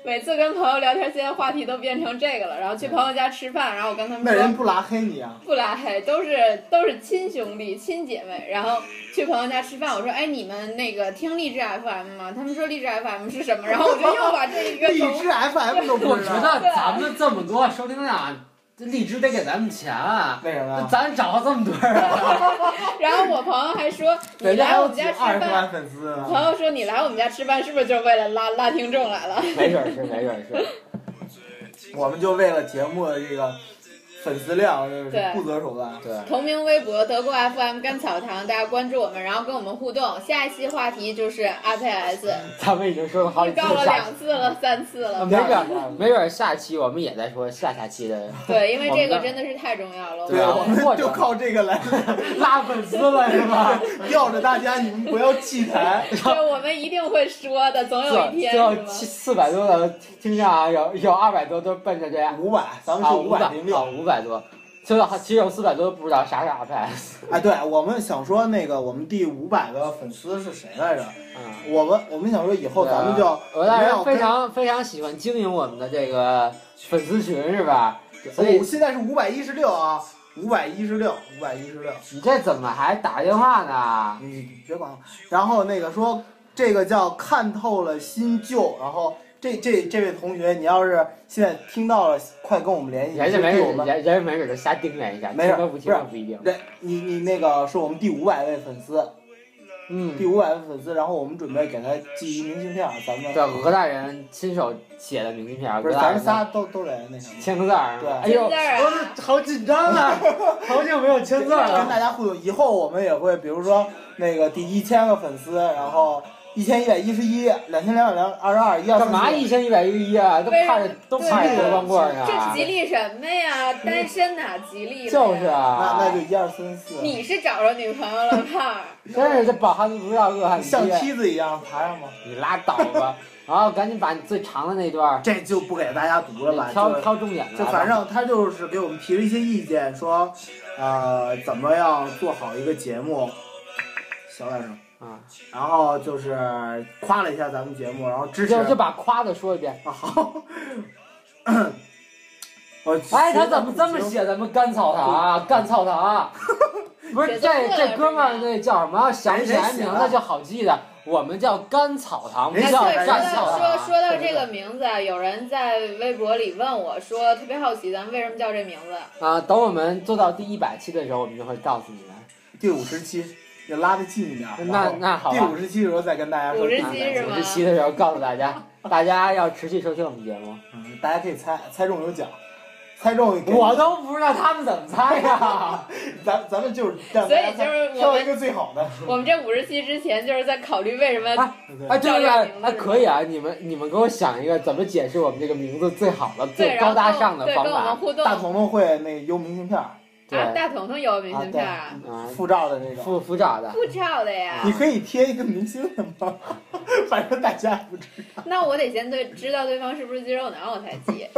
Speaker 3: 每次跟朋友聊天，现在话题都变成这个了。然后去朋友家吃饭，然后我跟他
Speaker 2: 那
Speaker 3: 们说
Speaker 2: 人不拉黑你啊？
Speaker 3: 不拉黑，都是都是亲兄弟、亲姐妹。然后去朋友家吃饭，我说：“哎，你们那个听励志 FM 吗？”他们说励志 FM 是什么？然后我就又把这一个
Speaker 2: 荔
Speaker 3: 从
Speaker 2: 枝 FM 都不
Speaker 1: 我
Speaker 2: 知
Speaker 1: 觉
Speaker 2: 道，
Speaker 1: 得咱们这么多收听量，这荔枝得给咱们钱啊！
Speaker 2: 为什么呀？
Speaker 1: 咱找这么多人啊，
Speaker 3: 然后我朋友还说：“你
Speaker 2: 人家还
Speaker 3: 来我
Speaker 2: 有
Speaker 3: 们家吃
Speaker 2: 二十多
Speaker 3: 饭。
Speaker 2: 万粉丝”呢。
Speaker 3: 朋友说：“你来我们家吃饭是不是就是为了拉拉听众来了
Speaker 1: 没准儿是，没准儿是。
Speaker 2: 我们就为了节目的这个粉丝量，就是
Speaker 3: 对
Speaker 2: 不择手段。
Speaker 1: 对？”，
Speaker 3: 同名微博德国 FM 甘草堂，大家关注我们，然后跟我们互动。下一期话题就是 RPS，
Speaker 1: 咱们已经说了好
Speaker 3: 预
Speaker 1: 几次
Speaker 3: 告了
Speaker 1: 下期。嗯
Speaker 3: 两次了，三次了。
Speaker 1: 没准儿，没准儿下期我们也在说下下期的
Speaker 3: 对，因为这
Speaker 1: 我
Speaker 3: 个
Speaker 1: 们
Speaker 3: 真的是太重要了。
Speaker 1: 对
Speaker 2: 啊，
Speaker 1: 啊
Speaker 2: 我
Speaker 1: 或
Speaker 2: 们
Speaker 1: 者
Speaker 2: 就靠这个来
Speaker 1: 拉粉丝了是吧？
Speaker 2: 吊着大家，你们不要弃台。
Speaker 3: 对，我们一定会说的，总有一
Speaker 1: 最
Speaker 3: 天
Speaker 1: 最后
Speaker 3: 是吗？
Speaker 1: 七四百多的听众啊，有有二百多都奔着这样
Speaker 2: 五百，咱们
Speaker 1: 啊
Speaker 2: 是
Speaker 1: 五
Speaker 2: 百
Speaker 1: 百
Speaker 2: 零
Speaker 1: 啊
Speaker 2: 六。
Speaker 1: 五百多，其实其实有四百多不知道啥是 RPS
Speaker 2: 哎，对，我们想说那个我们第五百个粉丝是谁来着？
Speaker 1: 啊。
Speaker 2: 我们我们想说以后哦咱们 就要
Speaker 1: 俄啊大人
Speaker 2: 我们
Speaker 1: 非
Speaker 2: 要
Speaker 1: 常非常喜欢经营我们的这个粉丝群是吧？所
Speaker 2: 跟，
Speaker 1: 以
Speaker 2: 我现在是五百一十六啊，五百一十六，五百一十六。
Speaker 1: 你这怎么还打电话呢？
Speaker 2: 你别管了。然后那个说这个叫看透了新旧，然后这这这位同学，你要是现在听到了，快跟我们联系，
Speaker 1: 人家没
Speaker 2: 是我
Speaker 1: 准
Speaker 2: 们。
Speaker 1: 人人家没准就瞎盯人一下，
Speaker 2: 没事
Speaker 1: 听都不听
Speaker 2: 不是
Speaker 1: 都不一定。
Speaker 2: 对，你你那个是我们第五百位粉丝，第
Speaker 1: 嗯，
Speaker 2: 五百位粉丝，然后我们准备给他寄一明信片儿，咱们
Speaker 1: 对，俄大人亲手写的明信片，
Speaker 2: 不
Speaker 1: 俄
Speaker 2: 是
Speaker 1: 大
Speaker 2: 咱们
Speaker 1: 人
Speaker 2: 仨都都来那什么，
Speaker 1: 签个字儿。
Speaker 2: 对
Speaker 1: 哎呦，
Speaker 3: 签字儿啊
Speaker 1: 我好紧张啊，好久没有签字儿
Speaker 2: 跟
Speaker 1: 了。
Speaker 2: 大家互动。以后我们也会，比如说那个第一千个粉丝，然后一千一百一十一，两千两百两二十二，一二
Speaker 1: 干嘛一千一百一十一啊？都怕着都怕着得光棍儿啊
Speaker 3: 这
Speaker 1: 呢。
Speaker 3: 吉利什么呀？单身哪吉利了呀？
Speaker 1: 就是啊，
Speaker 2: 那那就一二三四，
Speaker 3: 你是找着女朋友了吧？
Speaker 1: 真是这饱汉子不知道饿汉
Speaker 2: 像
Speaker 1: 饥，
Speaker 2: 梯子一样爬上吗？
Speaker 1: 你拉倒吧。然后赶紧把你最长的那段儿，
Speaker 2: 这就不给大家读了吧，
Speaker 1: 你挑
Speaker 2: 就
Speaker 1: 挑重点的来
Speaker 2: 就
Speaker 1: 吧。
Speaker 2: 反正他就是给我们提了一些意见，说，呃，怎么样做好一个节目，小点声，
Speaker 1: 啊，
Speaker 2: 然后就是夸了一下咱们节目，然后支持
Speaker 1: 就就把夸的说一遍。
Speaker 2: 啊好，我
Speaker 1: 哎，他怎么这么？写？咱们甘草堂啊，甘草堂啊，不是这
Speaker 3: 写错了
Speaker 1: 这哥们儿那叫什么？想不起来
Speaker 2: 人写
Speaker 1: 名
Speaker 2: 了
Speaker 1: 字就好记的。我们叫甘草堂，不
Speaker 2: 人
Speaker 1: 叫
Speaker 2: 家
Speaker 3: 哎，
Speaker 2: 小白
Speaker 3: 对，说
Speaker 1: 甘
Speaker 2: 人
Speaker 1: 草
Speaker 3: 到说
Speaker 1: 堂。
Speaker 3: 说到这个名字啊，有人在微博里问我说，特别好奇咱们为什么叫这名字。
Speaker 1: 啊，等我们做到第一百期的时候，我们就会告诉你们。
Speaker 2: 第五十期，也拉得近一点。
Speaker 1: 那那好
Speaker 2: 第
Speaker 1: 吧
Speaker 2: 五，十期的时候再跟大家说
Speaker 3: 57
Speaker 2: 大概
Speaker 3: 是
Speaker 1: 五
Speaker 3: 吗
Speaker 1: 十期的时候告诉大 家，大家要持续收听我们节目。
Speaker 2: 嗯，大家可以猜猜中有奖，猜中给
Speaker 1: 我都不知道他们怎么猜呀。
Speaker 2: 咱咱们就是让大
Speaker 3: 所
Speaker 2: 家
Speaker 3: 以就
Speaker 2: 猜
Speaker 3: 是我
Speaker 2: 挑一
Speaker 3: 们哎
Speaker 2: 个最好的。
Speaker 3: 我们这五十期之前就是在考虑为什么
Speaker 1: 啊啊，对
Speaker 3: 照样
Speaker 1: 对
Speaker 3: 名，字
Speaker 1: 哎，可以啊，你们你们给我想一个怎么解释我们这个名字最好的、
Speaker 3: 对，
Speaker 1: 最
Speaker 3: 然
Speaker 1: 高
Speaker 3: 后
Speaker 1: 大上的
Speaker 3: 对
Speaker 1: 方
Speaker 3: 跟我们啊
Speaker 1: 法。
Speaker 3: 互动
Speaker 2: 大彤彤会那邮明信片儿，嗯
Speaker 1: 对
Speaker 3: 啊，大彤彤有明信片啊，
Speaker 1: 啊，
Speaker 2: 附照的那种。
Speaker 1: 复复找的，
Speaker 3: 不照的呀
Speaker 2: 你。可以贴一个明星的吗？ 反正大家不知
Speaker 3: 那我得先对知道对方是不是肌肉男，我才 寄。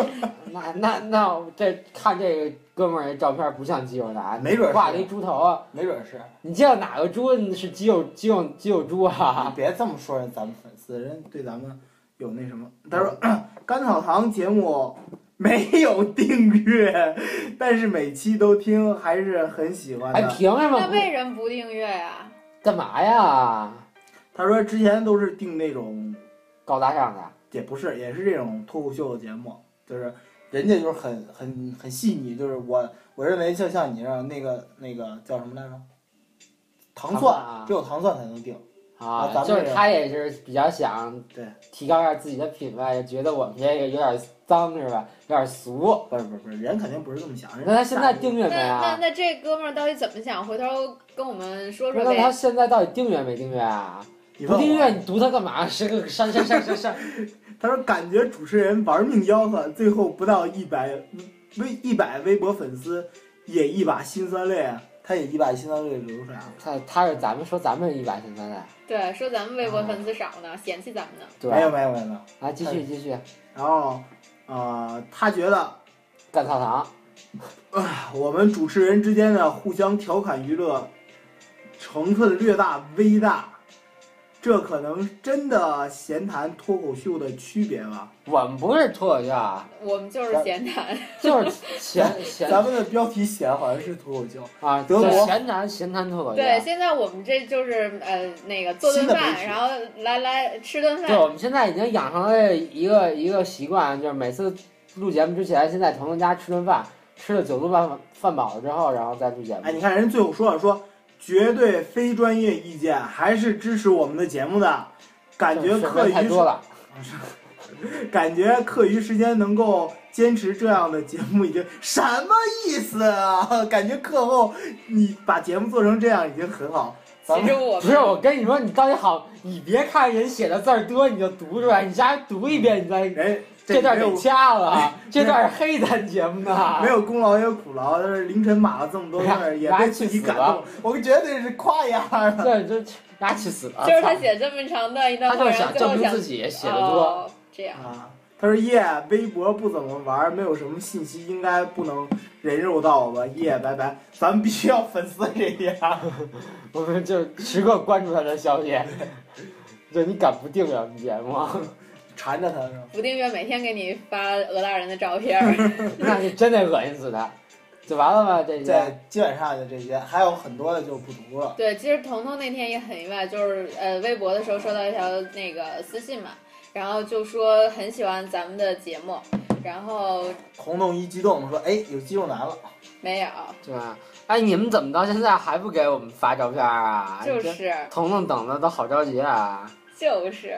Speaker 1: 那那那我这看这个哥们儿照片不像肌肉男，
Speaker 2: 没准是
Speaker 1: 挂了一猪头。
Speaker 2: 没准是。
Speaker 1: 你见到哪个猪是肌肉肌肉肌肉猪
Speaker 2: 你
Speaker 1: 啊？
Speaker 2: 别这么说人，咱们粉丝人对咱们有那什么。他说 甘草堂节目没有订阅，但是每期都听，还是很喜欢
Speaker 1: 还
Speaker 2: 的。
Speaker 1: 哎凭什么
Speaker 3: 那
Speaker 1: 不？
Speaker 3: 为什么不订阅啊呀？
Speaker 1: 干嘛呀？
Speaker 2: 他说之前都是订那种，
Speaker 1: 高大上的，
Speaker 2: 也不是，也是这种脱口秀的节目，就是人家就是很很很细腻，就是我我认为像像你这样那个那个叫什么来着？糖
Speaker 1: 糖蒜
Speaker 2: 蒜
Speaker 1: 啊
Speaker 2: 只有糖蒜才能订。啊
Speaker 1: 啊，
Speaker 2: 咱们
Speaker 1: 就
Speaker 2: 这
Speaker 1: 是
Speaker 2: 个
Speaker 1: 他也是比较想
Speaker 2: 对
Speaker 1: 提高一下自己的品味，觉得我们这个有点脏是吧？有点俗。
Speaker 2: 不是不是不是，人肯定不是这么想。人
Speaker 1: 那他现在
Speaker 2: 大
Speaker 1: 订阅
Speaker 3: 那
Speaker 1: 没
Speaker 3: 那
Speaker 1: 啊？
Speaker 3: 那这哥们儿到底怎么想？回头跟我们说
Speaker 1: 那
Speaker 3: 说
Speaker 1: 那他
Speaker 3: 呗。
Speaker 1: 现在到底订阅没订阅啊？
Speaker 2: 你
Speaker 1: 不
Speaker 2: 问
Speaker 1: 订
Speaker 2: 我
Speaker 1: 阅你读他干嘛？是个删删删删删。
Speaker 2: 他说感觉主持人玩命吆喝，最后不到一百微一百微博粉丝也一把辛酸泪啊，他也一把辛酸泪流出来了。
Speaker 1: 他他是咱们说咱们一百现在的，
Speaker 3: 对，说咱们微博粉丝少
Speaker 1: 啊
Speaker 3: 呢，嫌弃咱们呢。
Speaker 1: 对
Speaker 2: 没有
Speaker 1: 吧？
Speaker 2: 没有没有没有。
Speaker 1: 啊，继续继续，
Speaker 2: 然后，呃，他觉得
Speaker 1: 干操堂，
Speaker 2: 啊我们主持人之间的互相调侃娱乐成分略大微大，这可能真的闲谈脱口秀的区别吧。
Speaker 1: 我们不是脱口秀啊，
Speaker 3: 我们就是 闲谈，
Speaker 1: 就是闲闲
Speaker 2: 咱们的标题写好像是脱口秀，
Speaker 1: 啊，
Speaker 2: 德国
Speaker 1: 就是闲谈闲谈脱口秀。
Speaker 3: 对，现在我们这就是呃那个做顿
Speaker 2: 新的媒
Speaker 3: 饭，
Speaker 2: 体
Speaker 3: 然后来来吃顿
Speaker 1: 对，
Speaker 3: 饭，
Speaker 1: 我们现在已经养成了一个一个习惯，就是每次录节目之前，先在彤彤家吃顿饭，吃了酒足饭饭饱了之后，然后再录节目。
Speaker 2: 哎，你看人最后说了，说绝对非专业意见，还是支持我们的节目的。哎感觉
Speaker 1: 这水
Speaker 2: 课
Speaker 1: 分太多
Speaker 2: 余
Speaker 1: 了，
Speaker 2: 感觉课余时间能够坚持这样的节目，已经什么意思啊？ 感觉课后你把节目做成这样已经很好。咱
Speaker 3: 其实
Speaker 2: 们
Speaker 3: 我
Speaker 1: 不是
Speaker 3: 们
Speaker 1: 我跟你说，你到底好，你别看人写的字儿多，你就读出来，你先读一遍，你再
Speaker 2: 人
Speaker 1: 这段
Speaker 2: 哎没
Speaker 1: 给
Speaker 2: 有
Speaker 1: 掐了，啊这段是黑咱节目的。
Speaker 2: 没有功劳也有苦劳，但是凌晨码了这么多字儿，也
Speaker 1: 哎呀
Speaker 2: 被自己感动。我们绝对是夸一下的。
Speaker 1: 对，这那去死了。
Speaker 3: 就是他写这么长段一
Speaker 1: 他
Speaker 3: 段
Speaker 1: 就
Speaker 3: 话，
Speaker 1: 是
Speaker 3: 然后
Speaker 1: 想
Speaker 3: 最后
Speaker 1: 证明
Speaker 3: 想
Speaker 1: 自己写的多，
Speaker 3: 哦，这样。
Speaker 2: 啊，他说耶，微博不怎么玩，没有什么信息，应该不能人肉到我吧？耶，拜拜，咱们必须要粉丝这一样。
Speaker 1: 我们就时刻关注他的消息。 就你敢不订阅我们节目， 啊
Speaker 2: 缠着他是吧？
Speaker 3: 不订阅，每天给你发鹅大人的照片儿。
Speaker 1: 那就真得恶心死他。就完了吧？这些
Speaker 2: 对，基本上就这些，还有很多的就不读了。
Speaker 3: 对，其实彤彤那天也很意外，就是呃，微博的时候收到一条那个私信嘛，然后就说很喜欢咱们的节目，然后
Speaker 2: 彤彤一激动说：“哎，有肌肉男了。
Speaker 3: 没有，
Speaker 1: 对吧？哎，你们怎么到现在还不给我们发照片啊？
Speaker 3: 就
Speaker 1: 这
Speaker 3: 是
Speaker 1: 彤彤等的都好着急啊！
Speaker 3: 就是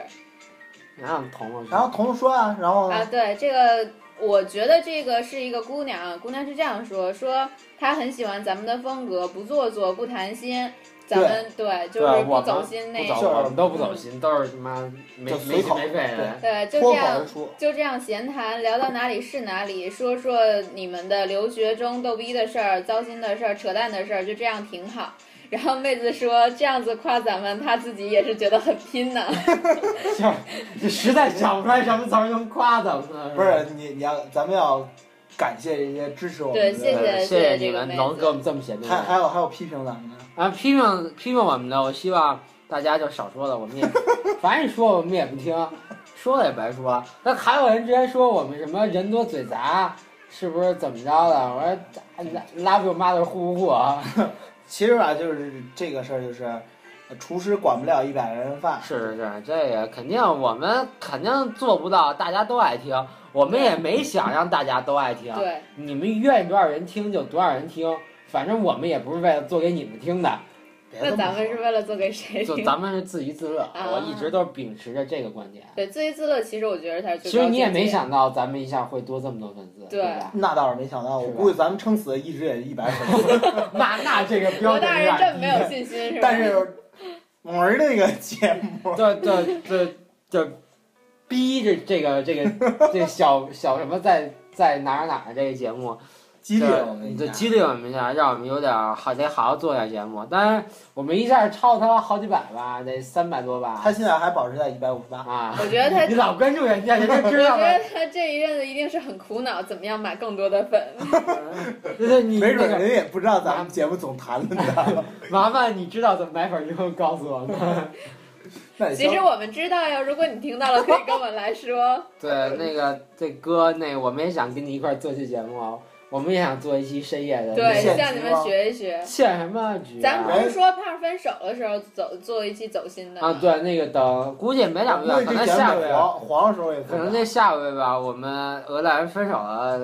Speaker 1: 你让彤彤”说
Speaker 2: 然后彤彤说啊，然后
Speaker 1: 哦
Speaker 3: 啊，
Speaker 2: 呢？
Speaker 3: 对这个，我觉得这个是一个姑娘，啊，姑娘是这样说，说她很喜欢咱们的风格，不做作，不谈心，咱们对就
Speaker 1: 对
Speaker 3: 是
Speaker 1: 啊我
Speaker 3: 不
Speaker 1: 们
Speaker 3: 走心那
Speaker 1: 不走，
Speaker 2: 就是
Speaker 1: 我们都不走心，都是他妈没
Speaker 2: 就
Speaker 1: 没
Speaker 2: 随
Speaker 1: 心
Speaker 2: 口
Speaker 1: 没肺的。
Speaker 3: 对就
Speaker 2: 脱
Speaker 3: 这
Speaker 2: 口
Speaker 3: 样
Speaker 2: 而。出。
Speaker 3: 就这样闲谈，聊到哪里是哪里，说说你们的留学中逗逼的事儿、糟心的事儿、扯淡的事儿，就这样挺好。 然后妹子说这样子夸咱们，她自己也是觉得很 拼呢。
Speaker 1: 就是你实在想不出来什么词儿能夸咱们了。
Speaker 2: 不是你，你要咱们要感谢这些支持我们的
Speaker 3: 对
Speaker 2: 人，
Speaker 1: 对，
Speaker 3: 谢
Speaker 1: 谢
Speaker 3: 谢
Speaker 1: 你
Speaker 3: 这个
Speaker 1: 们
Speaker 3: 妹
Speaker 1: 能
Speaker 3: 子
Speaker 1: 给我们这么写东西
Speaker 2: 还。还有还有批评咱们的，
Speaker 1: 啊，批评批评我们的，我希望大家就少说了，我们 也反正说我们也不听，说了也白说。那还有人之前说我们什么人多嘴杂，是不是怎么着的？我说哎拉拉不住妈的呼呼呼啊！
Speaker 2: 其实吧，就是这个事儿，就是呃厨师管不了一百个人饭，
Speaker 1: 是是是，这个肯定我们肯定做不到，大家都爱听，我们也没想让大家都爱听。
Speaker 3: 对，
Speaker 1: 你们愿意多少人听就多少人听，反正我们也不是为了做给你们听的，
Speaker 2: 别的
Speaker 3: 那
Speaker 2: 不
Speaker 3: 咱们
Speaker 2: 说
Speaker 3: 是为了做给谁
Speaker 1: 就
Speaker 3: 听？
Speaker 1: 咱们是自娱自乐，
Speaker 3: 啊
Speaker 1: 我一直都是秉持着这个观点。
Speaker 3: 对，自娱自乐，其实我觉得才是最
Speaker 1: 其实
Speaker 3: 高
Speaker 1: 你也
Speaker 3: 境界
Speaker 1: 没想到咱们一下会多这么多粉丝，
Speaker 3: 对
Speaker 1: 对吧？
Speaker 2: 那倒是没想到，我
Speaker 1: 是吧
Speaker 2: 估计咱们撑死一直也一百 粉，
Speaker 1: 那那这个标
Speaker 3: 罗
Speaker 1: 准
Speaker 3: 大
Speaker 1: 有
Speaker 3: 人
Speaker 1: 点
Speaker 3: 真
Speaker 1: 低
Speaker 3: 没有信心，是吧？
Speaker 2: 但是我儿这个节 目，
Speaker 1: 这这这这逼着这个这个这小小什么在在哪儿哪儿这个节目，
Speaker 2: 激励
Speaker 1: 对
Speaker 2: 我们一
Speaker 1: 对
Speaker 2: 下，
Speaker 1: 激励我们一下，让我们有点儿好得好好做点节目。但是我们一下超他好几百吧，得三百多吧
Speaker 2: 他现在还保持在一百五十八，
Speaker 1: 啊！
Speaker 3: 我觉得他
Speaker 1: 你老关注人家，人家
Speaker 3: 我
Speaker 1: 知
Speaker 3: 觉
Speaker 1: 道吗？
Speaker 3: 得他这一阵子一定是很苦恼，怎么样买更多的 粉？
Speaker 1: 就是你
Speaker 2: 没准
Speaker 1: 那
Speaker 2: 人
Speaker 1: 个
Speaker 2: 家也不知道咱们节目总谈论他。
Speaker 1: 麻烦你知道怎么买粉以后告诉我们。
Speaker 2: 那你
Speaker 3: 其实
Speaker 2: 说
Speaker 3: 我们知道呀，如果你听到了，可以跟我们来 说。
Speaker 1: 对，那个这哥，那我们也想跟你一块儿做期节目啊，我们也想做一期深夜的。
Speaker 3: 对，
Speaker 2: 现
Speaker 3: 向你
Speaker 2: 实
Speaker 3: 们
Speaker 2: 吗
Speaker 3: 学一学。
Speaker 1: 欠什么局、啊？
Speaker 3: 咱不
Speaker 2: 哎
Speaker 3: 是说怕分手的时候走做一期走心的
Speaker 1: 啊，，
Speaker 3: 吗
Speaker 1: 对，那个等估计也没两啊个月，可
Speaker 2: 估计
Speaker 1: 能
Speaker 2: 这节
Speaker 1: 下
Speaker 2: 目
Speaker 1: 个月，
Speaker 2: 黄黄的时候也
Speaker 1: 可能这下个月吧。我们呃俄大人分手了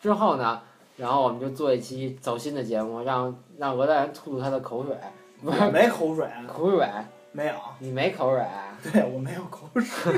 Speaker 1: 之后呢，然后我们就做一期走心的节目，让让俄大人吐吐他的口水。不是
Speaker 2: 没口水，啊
Speaker 1: 口水，
Speaker 2: 没有，
Speaker 1: 你没口水啊，
Speaker 2: 对我没有口水，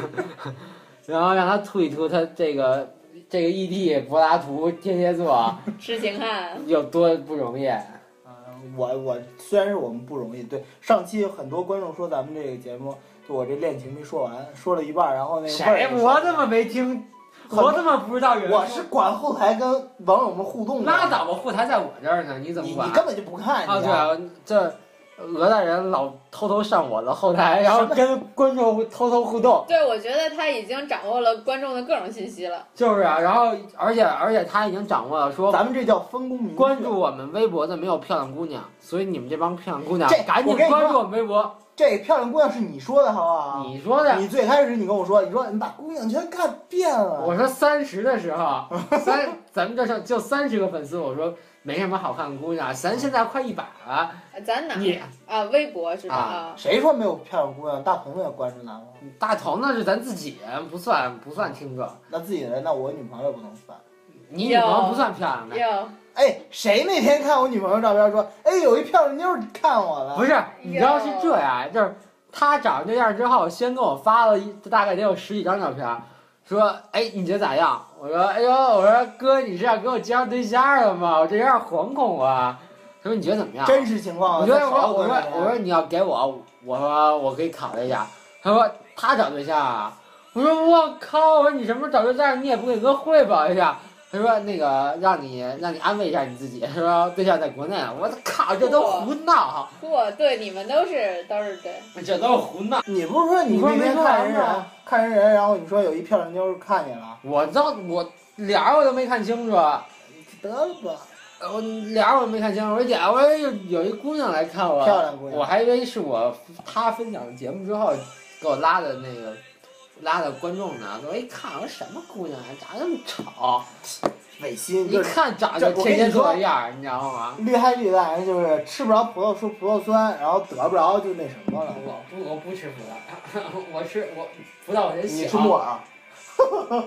Speaker 1: 然后让他吐一吐他这个这个异地柏拉图天蝎座
Speaker 3: 痴情汉。啊
Speaker 1: 有多不容易。啊
Speaker 2: 嗯， 我我虽然是我们不容易，对上期很多观众说咱们这个节目，就我这恋情没说完，说了一半，然后那味儿
Speaker 1: 谁
Speaker 2: 也没说
Speaker 1: 我怎么没听？
Speaker 2: 很
Speaker 1: 我怎么不知道有人？
Speaker 2: 我是管后台跟网友们互动的，
Speaker 1: 拉倒吧，后台在我这儿呢，你怎
Speaker 2: 你
Speaker 1: 么
Speaker 2: 你
Speaker 1: 管？
Speaker 2: 根本就不看，
Speaker 1: 啊，对
Speaker 2: 你知道
Speaker 1: 啊，
Speaker 2: 吗
Speaker 1: 这俄大人老偷偷上我的后台，然后跟观众偷偷互动，
Speaker 3: 对，我觉得他已经掌握了观众的各种信息了。
Speaker 1: 就是啊，然后而且而且他已经掌握了说。
Speaker 2: 咱们这叫分工明确
Speaker 1: 关注我们微博的没有漂亮姑娘，所以你们这帮漂亮姑娘
Speaker 2: 这
Speaker 1: 赶紧
Speaker 2: 我跟你说
Speaker 1: 关注我们微博。
Speaker 2: 这漂亮姑娘是你说的好不好？
Speaker 1: 你说的，
Speaker 2: 你最开始你跟我说，你说你把姑娘全看遍了，
Speaker 1: 我说三十的时候，三咱们这上就三十个粉丝，我说没什么好看的姑娘，咱现在快一百了，
Speaker 3: 咱哪
Speaker 1: 你
Speaker 3: 啊？微博是吧？
Speaker 1: 啊
Speaker 3: 啊，
Speaker 2: 谁说没有漂亮姑娘？大鹏也关注咱们，
Speaker 1: 大头那是咱自己人，不算不算听众，
Speaker 2: 那自己人，那我女朋友不能算。
Speaker 1: 你女朋友不算漂亮的，
Speaker 3: 啊哟，
Speaker 2: 哎，谁那天看我女朋友照片说，哎，有一漂亮妞儿看我了？
Speaker 1: 不是，你知道是这样，就是他长这样之后，先跟我发了一大概得有十几张照片，说，哎，你觉得咋样？我说，哎呦，我说哥，你是要给我介绍对象了吗？我这有点惶恐啊。他说你觉得怎么样？
Speaker 2: 真实情况啊。
Speaker 1: 我觉得
Speaker 2: 那
Speaker 1: 我
Speaker 2: 少
Speaker 1: 说我说
Speaker 2: 管管
Speaker 1: 我说你要给我，我说我可以考虑一下。他说他找对象啊，我说我靠，我说你什么时候找对象，你也不给哥汇报一下。哎他说那个让你让你安慰一下你自己，他说对象在国内啊，我靠，这都胡闹，
Speaker 3: 嚯，对，你们都是都是对，
Speaker 1: 这都是胡闹。
Speaker 2: 你不是说你
Speaker 1: 你说
Speaker 2: 那
Speaker 1: 没
Speaker 2: 天
Speaker 1: 说
Speaker 2: 看人
Speaker 1: 完
Speaker 2: 人
Speaker 1: 呢
Speaker 2: 看人人，然后你说有一漂亮妞儿看你了，
Speaker 1: 我都我脸儿我都没看清楚，呃
Speaker 2: 得了吧，
Speaker 1: 我脸儿我没看清楚，我说姐，我说有有一姑娘来看我，
Speaker 2: 漂亮姑娘
Speaker 1: 我还以为是我她分享节目之后给我拉的那个拉的观众呢，我一看我说什么姑娘啊，长得那么丑，
Speaker 2: 违心
Speaker 1: 一
Speaker 2: 就是
Speaker 1: 看长得
Speaker 2: 这我
Speaker 1: 就
Speaker 2: 跟你
Speaker 1: 天蝎座
Speaker 2: 说
Speaker 1: 的样儿，你知道吗？
Speaker 2: 厉害厉害，就是吃不着葡萄说葡萄酸，然后得不着就那什么了。
Speaker 1: 我不我不吃葡萄， 我吃我葡萄我真
Speaker 2: 你
Speaker 1: 喜
Speaker 2: 吃木
Speaker 1: 欢，
Speaker 2: 耳，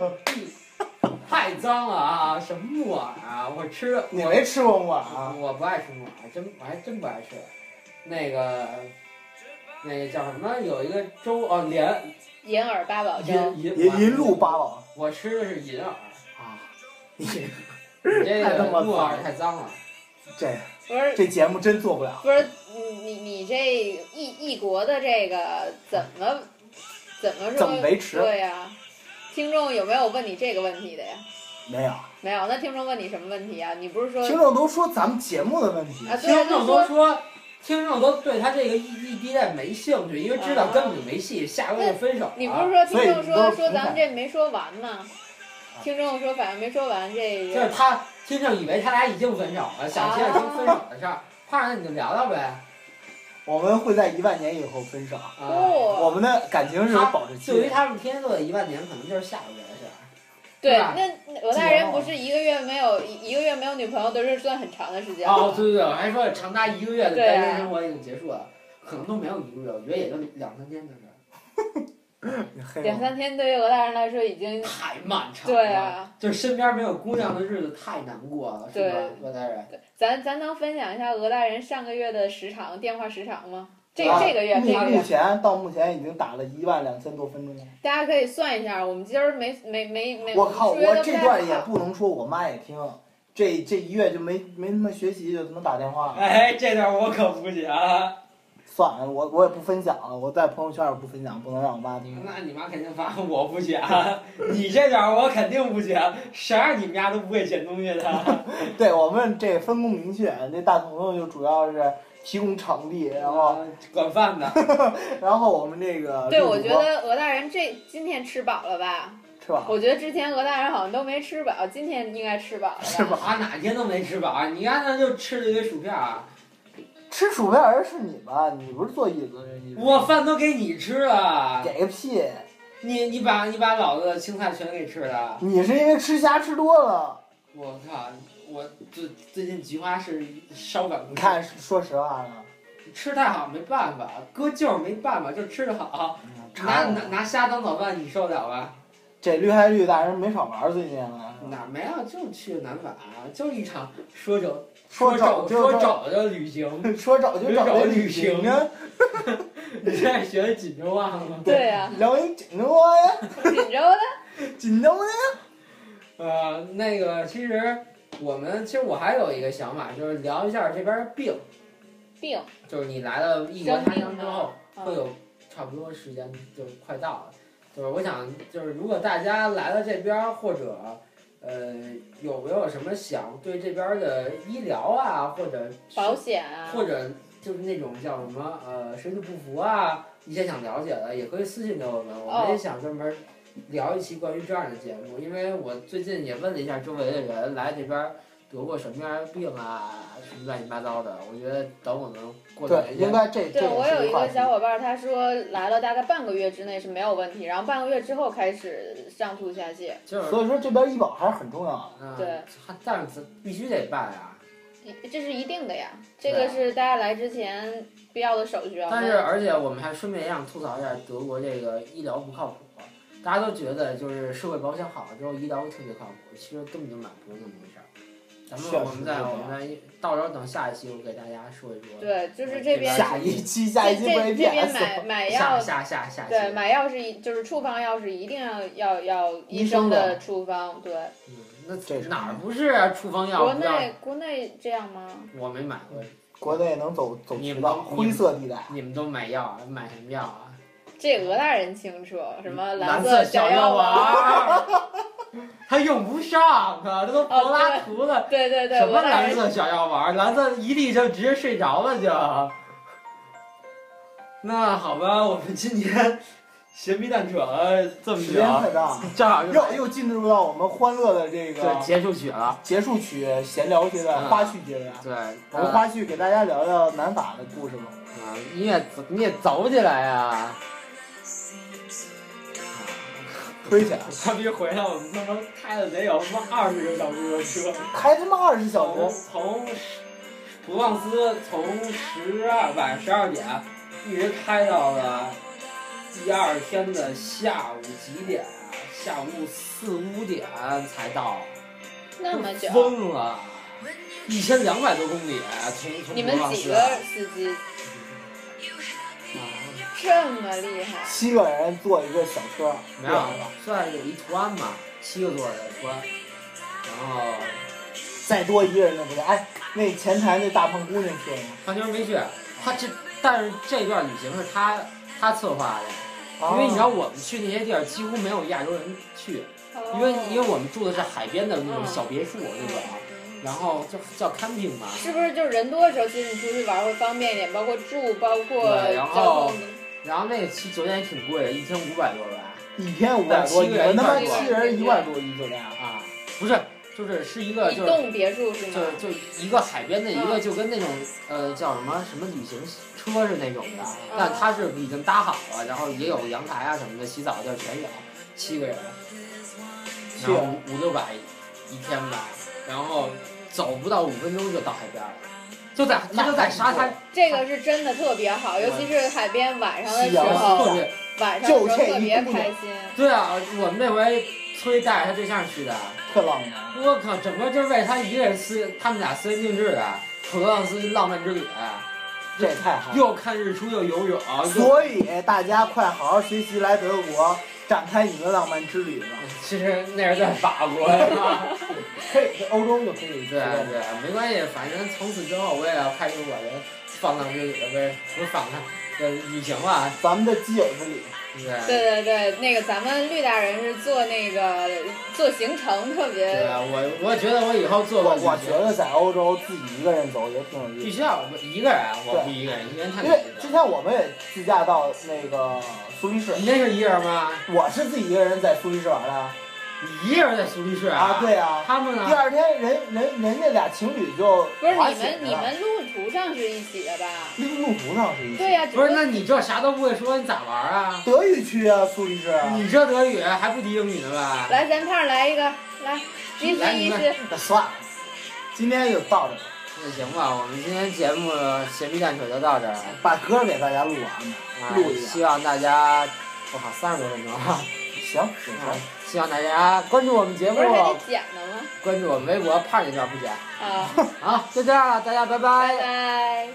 Speaker 1: 太脏了啊！什么木耳啊？我吃我
Speaker 2: 你没吃过木耳啊？
Speaker 1: 我不爱吃木耳，真我还真不爱吃。那个，那个叫什么？有一个粥哦，莲
Speaker 3: 银耳八宝粥，
Speaker 1: 银银
Speaker 2: 银银鹭八宝
Speaker 1: 我吃的是银耳，
Speaker 2: 啊，你
Speaker 1: 你这
Speaker 2: 太他妈
Speaker 1: 个木耳
Speaker 2: 脏了
Speaker 1: 太脏了。
Speaker 2: 这
Speaker 3: 不是
Speaker 2: 这节目真做不了。
Speaker 3: 不是你你你这异异国的这个怎么怎么说
Speaker 2: 怎么维持
Speaker 3: 对呀、听众有没有问你这个问题的呀？
Speaker 2: 没有，
Speaker 3: 没有，那听众问你什么问题呀？你不是说
Speaker 2: 听众都说咱们节目的问题
Speaker 3: 啊，，对啊，
Speaker 1: 听
Speaker 3: 就
Speaker 1: 众
Speaker 3: 是
Speaker 1: 都
Speaker 3: 说
Speaker 1: 说，听众都对他这个异异地恋没兴趣，因为知道根本就没戏，下个月分手了。
Speaker 3: 啊
Speaker 1: 啊
Speaker 3: 你不是说听
Speaker 2: 啊所以
Speaker 3: 众
Speaker 2: 你都
Speaker 3: 说
Speaker 2: 是
Speaker 3: 说
Speaker 2: 平
Speaker 3: 咱
Speaker 2: 凡
Speaker 3: 们这没说完吗？听众说反正没说完这
Speaker 1: 就是
Speaker 3: 个，
Speaker 1: 他听众以为他俩已经分手了，想接着听分手的事儿。
Speaker 3: 啊
Speaker 1: 怕那你就聊聊呗。
Speaker 2: 我们会在一万年以后分 手。
Speaker 1: 啊，
Speaker 2: 我
Speaker 3: 哦，
Speaker 2: 们的感情是有保质期
Speaker 1: 对于
Speaker 2: 的。
Speaker 1: 他们天蝎座的一万年，可能就是下个月的事儿。
Speaker 3: 对，
Speaker 1: 对
Speaker 2: 啊
Speaker 1: 吧
Speaker 3: 那俄大人不
Speaker 2: 哦
Speaker 3: 是一个月没有一一个月没有女朋友都是算很长的时间吗
Speaker 1: 哦，对对对，我还说长达一个月的
Speaker 3: 对啊
Speaker 1: 单身生活已经结束了，可能都没有一个月，我觉得也就两三天的事儿。
Speaker 2: 你黑
Speaker 3: 两
Speaker 2: 我
Speaker 3: 三天对于俄大人来说已经
Speaker 1: 太漫长了。
Speaker 3: 对啊，
Speaker 1: 就是身边没有姑娘的日子太难过了，是吧？我在这儿
Speaker 3: 咱咱能分享一下俄大人上个月的时长电话时长吗？这
Speaker 2: 啊
Speaker 3: 这个月可以
Speaker 2: 目目
Speaker 3: 聊，
Speaker 2: 前到目前已经打了一万两千多分钟了。
Speaker 3: 大家可以算一下，我们今儿没没没没，
Speaker 2: 我靠，
Speaker 3: 数学
Speaker 2: 我
Speaker 3: 都不
Speaker 2: 这
Speaker 3: 太
Speaker 2: 段也
Speaker 3: 好
Speaker 2: 不能说我妈也听，这这一月就没没他妈学习，就他妈打电话。
Speaker 1: 哎，这段我可不行啊！
Speaker 2: 算了，我我也不分享了，我在朋友圈也不分享，不能让我妈听。
Speaker 1: 那你妈肯定发 我不行，你这段我肯定不行，谁让你们家都不会选东西的？
Speaker 2: 对我们这分工明确，那大彤彤就主要是提供场地，然后
Speaker 1: 管饭的，
Speaker 2: 然后我们这个
Speaker 3: 对，
Speaker 2: 绿
Speaker 3: 我
Speaker 2: 主
Speaker 3: 觉
Speaker 2: 播
Speaker 3: 得俄大人这今天吃饱了吧？
Speaker 2: 是吧？
Speaker 3: 我觉得之前俄大人好像都没吃饱，今天应该吃饱了吧？
Speaker 2: 是吧
Speaker 1: 啊，哪天都没吃饱，啊你看那就吃了一堆薯片啊，
Speaker 2: 吃薯片儿是你吧？你不是坐椅子这椅子？
Speaker 1: 我饭都给你吃了，
Speaker 2: 给个屁！
Speaker 1: 你你把你把老子的青菜全给吃了，
Speaker 2: 你是因为吃虾吃多了。
Speaker 1: 我靠！我最最近菊花是烧板，
Speaker 2: 你看，说实话啊呢，
Speaker 1: 吃太好没办法，哥就是没办法，就吃的好。拿
Speaker 2: 查
Speaker 1: 拿拿虾当早饭，你受得了吧？
Speaker 2: 这绿海绿大人没少玩儿最近啊。
Speaker 1: 哪没有，就去南法，就一场说走
Speaker 2: 说
Speaker 1: 走
Speaker 2: 走
Speaker 1: 说
Speaker 2: 就
Speaker 1: 走的旅行。
Speaker 2: 说找就找那旅行啊，
Speaker 1: 你现在学的锦州话吗？
Speaker 3: 对呀、
Speaker 2: 辽宁锦州啊呀，
Speaker 3: 锦州的
Speaker 2: 锦州啊呀，
Speaker 1: 呃，那个其实我们其实我还有一个想法，就是聊一下这边的病，
Speaker 3: 病，
Speaker 1: 就是你来了异国他乡之后，
Speaker 3: 生病啊
Speaker 1: 会有差不多时间就快到了。就是我想，就是如果大家来了这边儿，或者呃有没有什么想对这边儿的医疗啊，或者
Speaker 3: 保险啊，
Speaker 1: 或者就是那种叫什么呃身体不服啊，一些想了解的，也可以私信给我们，我们也想专门聊一期关于这样的节目，因为我最近也问了一下周围的人来这边儿得过什么样的病啊，什么乱七八糟的，我觉得等我们过几
Speaker 2: 对，应
Speaker 1: 年。
Speaker 2: 该这这
Speaker 3: 对我
Speaker 2: 也
Speaker 3: 有
Speaker 2: 是
Speaker 3: 一
Speaker 2: 话
Speaker 3: 个
Speaker 2: 题。
Speaker 3: 小伙伴，他说来了大概半个月之内是没有问题，然后半个月之后开始上吐下泻。
Speaker 1: 就是，
Speaker 2: 所以说这边医保还是很重要的。
Speaker 1: 嗯、
Speaker 3: 对，
Speaker 1: 但是必须得办啊。
Speaker 3: 这是一定的呀，这个是大家来之前必要的手续啊。
Speaker 1: 但是，而且我们还顺便也想吐槽一下德国这个医疗不靠谱，啊大家都觉得就是社会保险好了之后医疗特别靠谱，其实根本就满不是那么回事儿。咱
Speaker 2: 确
Speaker 1: 们
Speaker 2: 实
Speaker 1: 我们在
Speaker 2: 是这样
Speaker 1: 我们在到时候等下一期我给大家说一说。呃
Speaker 3: 对，就是这边
Speaker 1: 下
Speaker 2: 下一期下
Speaker 3: 这
Speaker 2: 一期不
Speaker 3: 这这边
Speaker 2: APS，
Speaker 3: 买买
Speaker 1: 下
Speaker 3: 药，
Speaker 1: 下下下
Speaker 3: 对，
Speaker 1: 期。
Speaker 3: 买药是一就是处方药是一定要要要医
Speaker 2: 医生
Speaker 3: 生
Speaker 2: 的
Speaker 3: 的处方，对。
Speaker 1: 嗯，那
Speaker 2: 这是
Speaker 1: 哪儿不是啊？处方药？
Speaker 3: 国
Speaker 1: 不知道
Speaker 3: 内国内这样吗？
Speaker 1: 我没买过，
Speaker 2: 国内能走走
Speaker 1: 你
Speaker 2: 渠
Speaker 1: 们
Speaker 2: 道
Speaker 1: 你们
Speaker 2: 灰色地带。
Speaker 1: 你们都买药啊？买什么药啊？
Speaker 3: 这俄大人清楚，什么
Speaker 1: 嗯蓝
Speaker 3: 色
Speaker 1: 小
Speaker 3: 药丸？
Speaker 1: 丸。 他用不上啊，这都柏拉图的
Speaker 3: 哦对对对，
Speaker 1: 什么
Speaker 3: 俄大
Speaker 1: 蓝
Speaker 3: 人
Speaker 1: 色小药丸？蓝色一粒就直接睡着了就。那好吧，我们今天 闲皮蛋扯了这么
Speaker 2: 时间
Speaker 1: 久，
Speaker 2: 快到，
Speaker 1: 正好就
Speaker 2: 又又进入到我们欢乐的这
Speaker 1: 就
Speaker 2: 个
Speaker 1: 啊结束曲了。
Speaker 2: 结束曲闲聊阶段、
Speaker 1: 嗯
Speaker 2: 花絮阶段。
Speaker 1: 对，
Speaker 2: 我们花絮给大家聊聊南法的故事吧。
Speaker 1: 啊，你也走你也走起来呀、啊！
Speaker 2: 吹起来，
Speaker 1: 他逼回来，我们他妈开了得有他妈二十个小时的车，
Speaker 2: 开他妈二十小
Speaker 1: 从
Speaker 2: 时，
Speaker 1: 从普旺斯从十二晚十二点一直开到了第二天的下午几点啊？下午四五点才到，
Speaker 3: 那么久，
Speaker 1: 疯了，一千两百多公里从从
Speaker 3: 你
Speaker 1: 普
Speaker 3: 们
Speaker 1: 旺
Speaker 3: 几
Speaker 1: 斯
Speaker 3: 个
Speaker 1: 啊
Speaker 3: 司机这么厉害？
Speaker 2: 七个人坐一个小车，
Speaker 1: 没有，算是有一图案吧，七个座儿的图案，然后
Speaker 2: 再多一个人就不行。哎，那前台那大胖姑娘去了吗？
Speaker 1: 他就是没去，他这但是这段旅行是他他策划的，因为你知
Speaker 2: 啊
Speaker 1: 道我们去那些地儿几乎没有亚洲人去，因为
Speaker 3: 哦
Speaker 1: 因为我们住的是海边的那种小别墅那种，然后就叫 camping 嘛，
Speaker 3: 是不是就是人多的时候，其实你出去玩会方便一点，包括住，包括
Speaker 1: 对然
Speaker 3: 交
Speaker 1: 后
Speaker 3: 通。
Speaker 1: 然后那个其实酒店也挺贵的，一天五百多吧，
Speaker 2: 一天五百多，
Speaker 1: 七
Speaker 2: 你
Speaker 1: 个人
Speaker 2: 们他妈
Speaker 1: 一
Speaker 3: 万
Speaker 2: 七
Speaker 3: 多
Speaker 2: 人一万多一酒店啊？
Speaker 1: 啊，不是，就是是一个
Speaker 3: 一
Speaker 1: 就是。
Speaker 3: 栋别墅是
Speaker 1: 就
Speaker 3: 吗？
Speaker 1: 就一个海边的一个，
Speaker 3: 嗯
Speaker 1: 就跟那种呃叫什么什么旅行车是那种的
Speaker 3: 嗯，
Speaker 1: 但它是已经搭好了，然后也有阳台啊什么的，洗澡地儿全有，七个人，然后
Speaker 2: 人
Speaker 1: 五五六百一天吧，然后走不到五分钟就到海边了，就在它就在沙滩，
Speaker 3: 这个是真的特别好，尤其是海边晚上的啊
Speaker 2: 夕
Speaker 3: 时
Speaker 2: 阳
Speaker 1: 特
Speaker 3: 候，
Speaker 1: 别
Speaker 3: 晚上的时候
Speaker 2: 就这一
Speaker 3: 特别
Speaker 2: 姑娘
Speaker 3: 开心。
Speaker 1: 对啊，我们那回崔带着他对象去的，
Speaker 2: 特浪漫。
Speaker 1: 我靠，整个就是为他一个人私，他们俩私人定制的普罗旺斯浪漫之旅，啊
Speaker 2: 这也太好了。
Speaker 1: 又看日出又游泳，又
Speaker 2: 所以大家快好好学习来德国，展开你们的浪漫之旅吧。
Speaker 1: 其实那是在法 国呀。
Speaker 2: 可以，这欧洲就可以
Speaker 1: 对啊对啊，没关系，反正从此之后我也要开始我的放荡之旅，不是不是放荡，呃，旅行了。
Speaker 2: 咱们的基友之旅，
Speaker 1: 对啊
Speaker 3: 对对对，那个咱们绿大人是做那个做行程特别
Speaker 1: 对啊，我我觉得我以后做
Speaker 2: 我
Speaker 1: 个旅
Speaker 2: 我觉
Speaker 1: 行，
Speaker 2: 得在欧洲自己一个人走也挺有
Speaker 1: 必
Speaker 2: 意思
Speaker 1: 须要我一个人，啊我不一个人，一个人太
Speaker 2: 的，
Speaker 1: 累
Speaker 2: 因为之
Speaker 1: 了。
Speaker 2: 前我们也自驾到那个苏黎世，
Speaker 1: 你那是一个人吗？
Speaker 2: 我是自己一个人在苏黎世玩的啊
Speaker 1: 你一个人在苏黎世
Speaker 2: 啊，对啊。
Speaker 1: 他们呢？
Speaker 2: 第二天人人人家俩情侣就
Speaker 3: 嗯不是
Speaker 2: 滑
Speaker 3: 你
Speaker 2: 雪
Speaker 3: 们
Speaker 2: 去
Speaker 3: 你
Speaker 2: 了
Speaker 3: 们路途上是一起的吧？
Speaker 2: 路途上是一起
Speaker 3: 对呀、只
Speaker 1: 不是，那你这啥都不会说，你咋玩啊？
Speaker 2: 德语区啊，苏黎世啊，
Speaker 1: 你这德语还不敌英语呢吧？
Speaker 3: 来咱胖来一个，来一
Speaker 1: 来
Speaker 3: 试
Speaker 1: 你
Speaker 3: 一
Speaker 1: 们
Speaker 3: 试。
Speaker 2: 那算了，今天就到这儿，
Speaker 1: 那行吧，我们今天节目闲皮蛋扯就到这儿了。
Speaker 2: 把歌给大家录完吧。
Speaker 1: 啊
Speaker 2: 录一下
Speaker 1: 希望大家，我靠，三十多分钟啊！
Speaker 2: 行，行
Speaker 1: 啊希望大家关注我们节目
Speaker 3: 不，是还得剪呢吗？
Speaker 1: 关注我们微博，胖姐点儿不假
Speaker 3: 啊，
Speaker 1: 好，就这样了，大家拜
Speaker 3: 拜拜。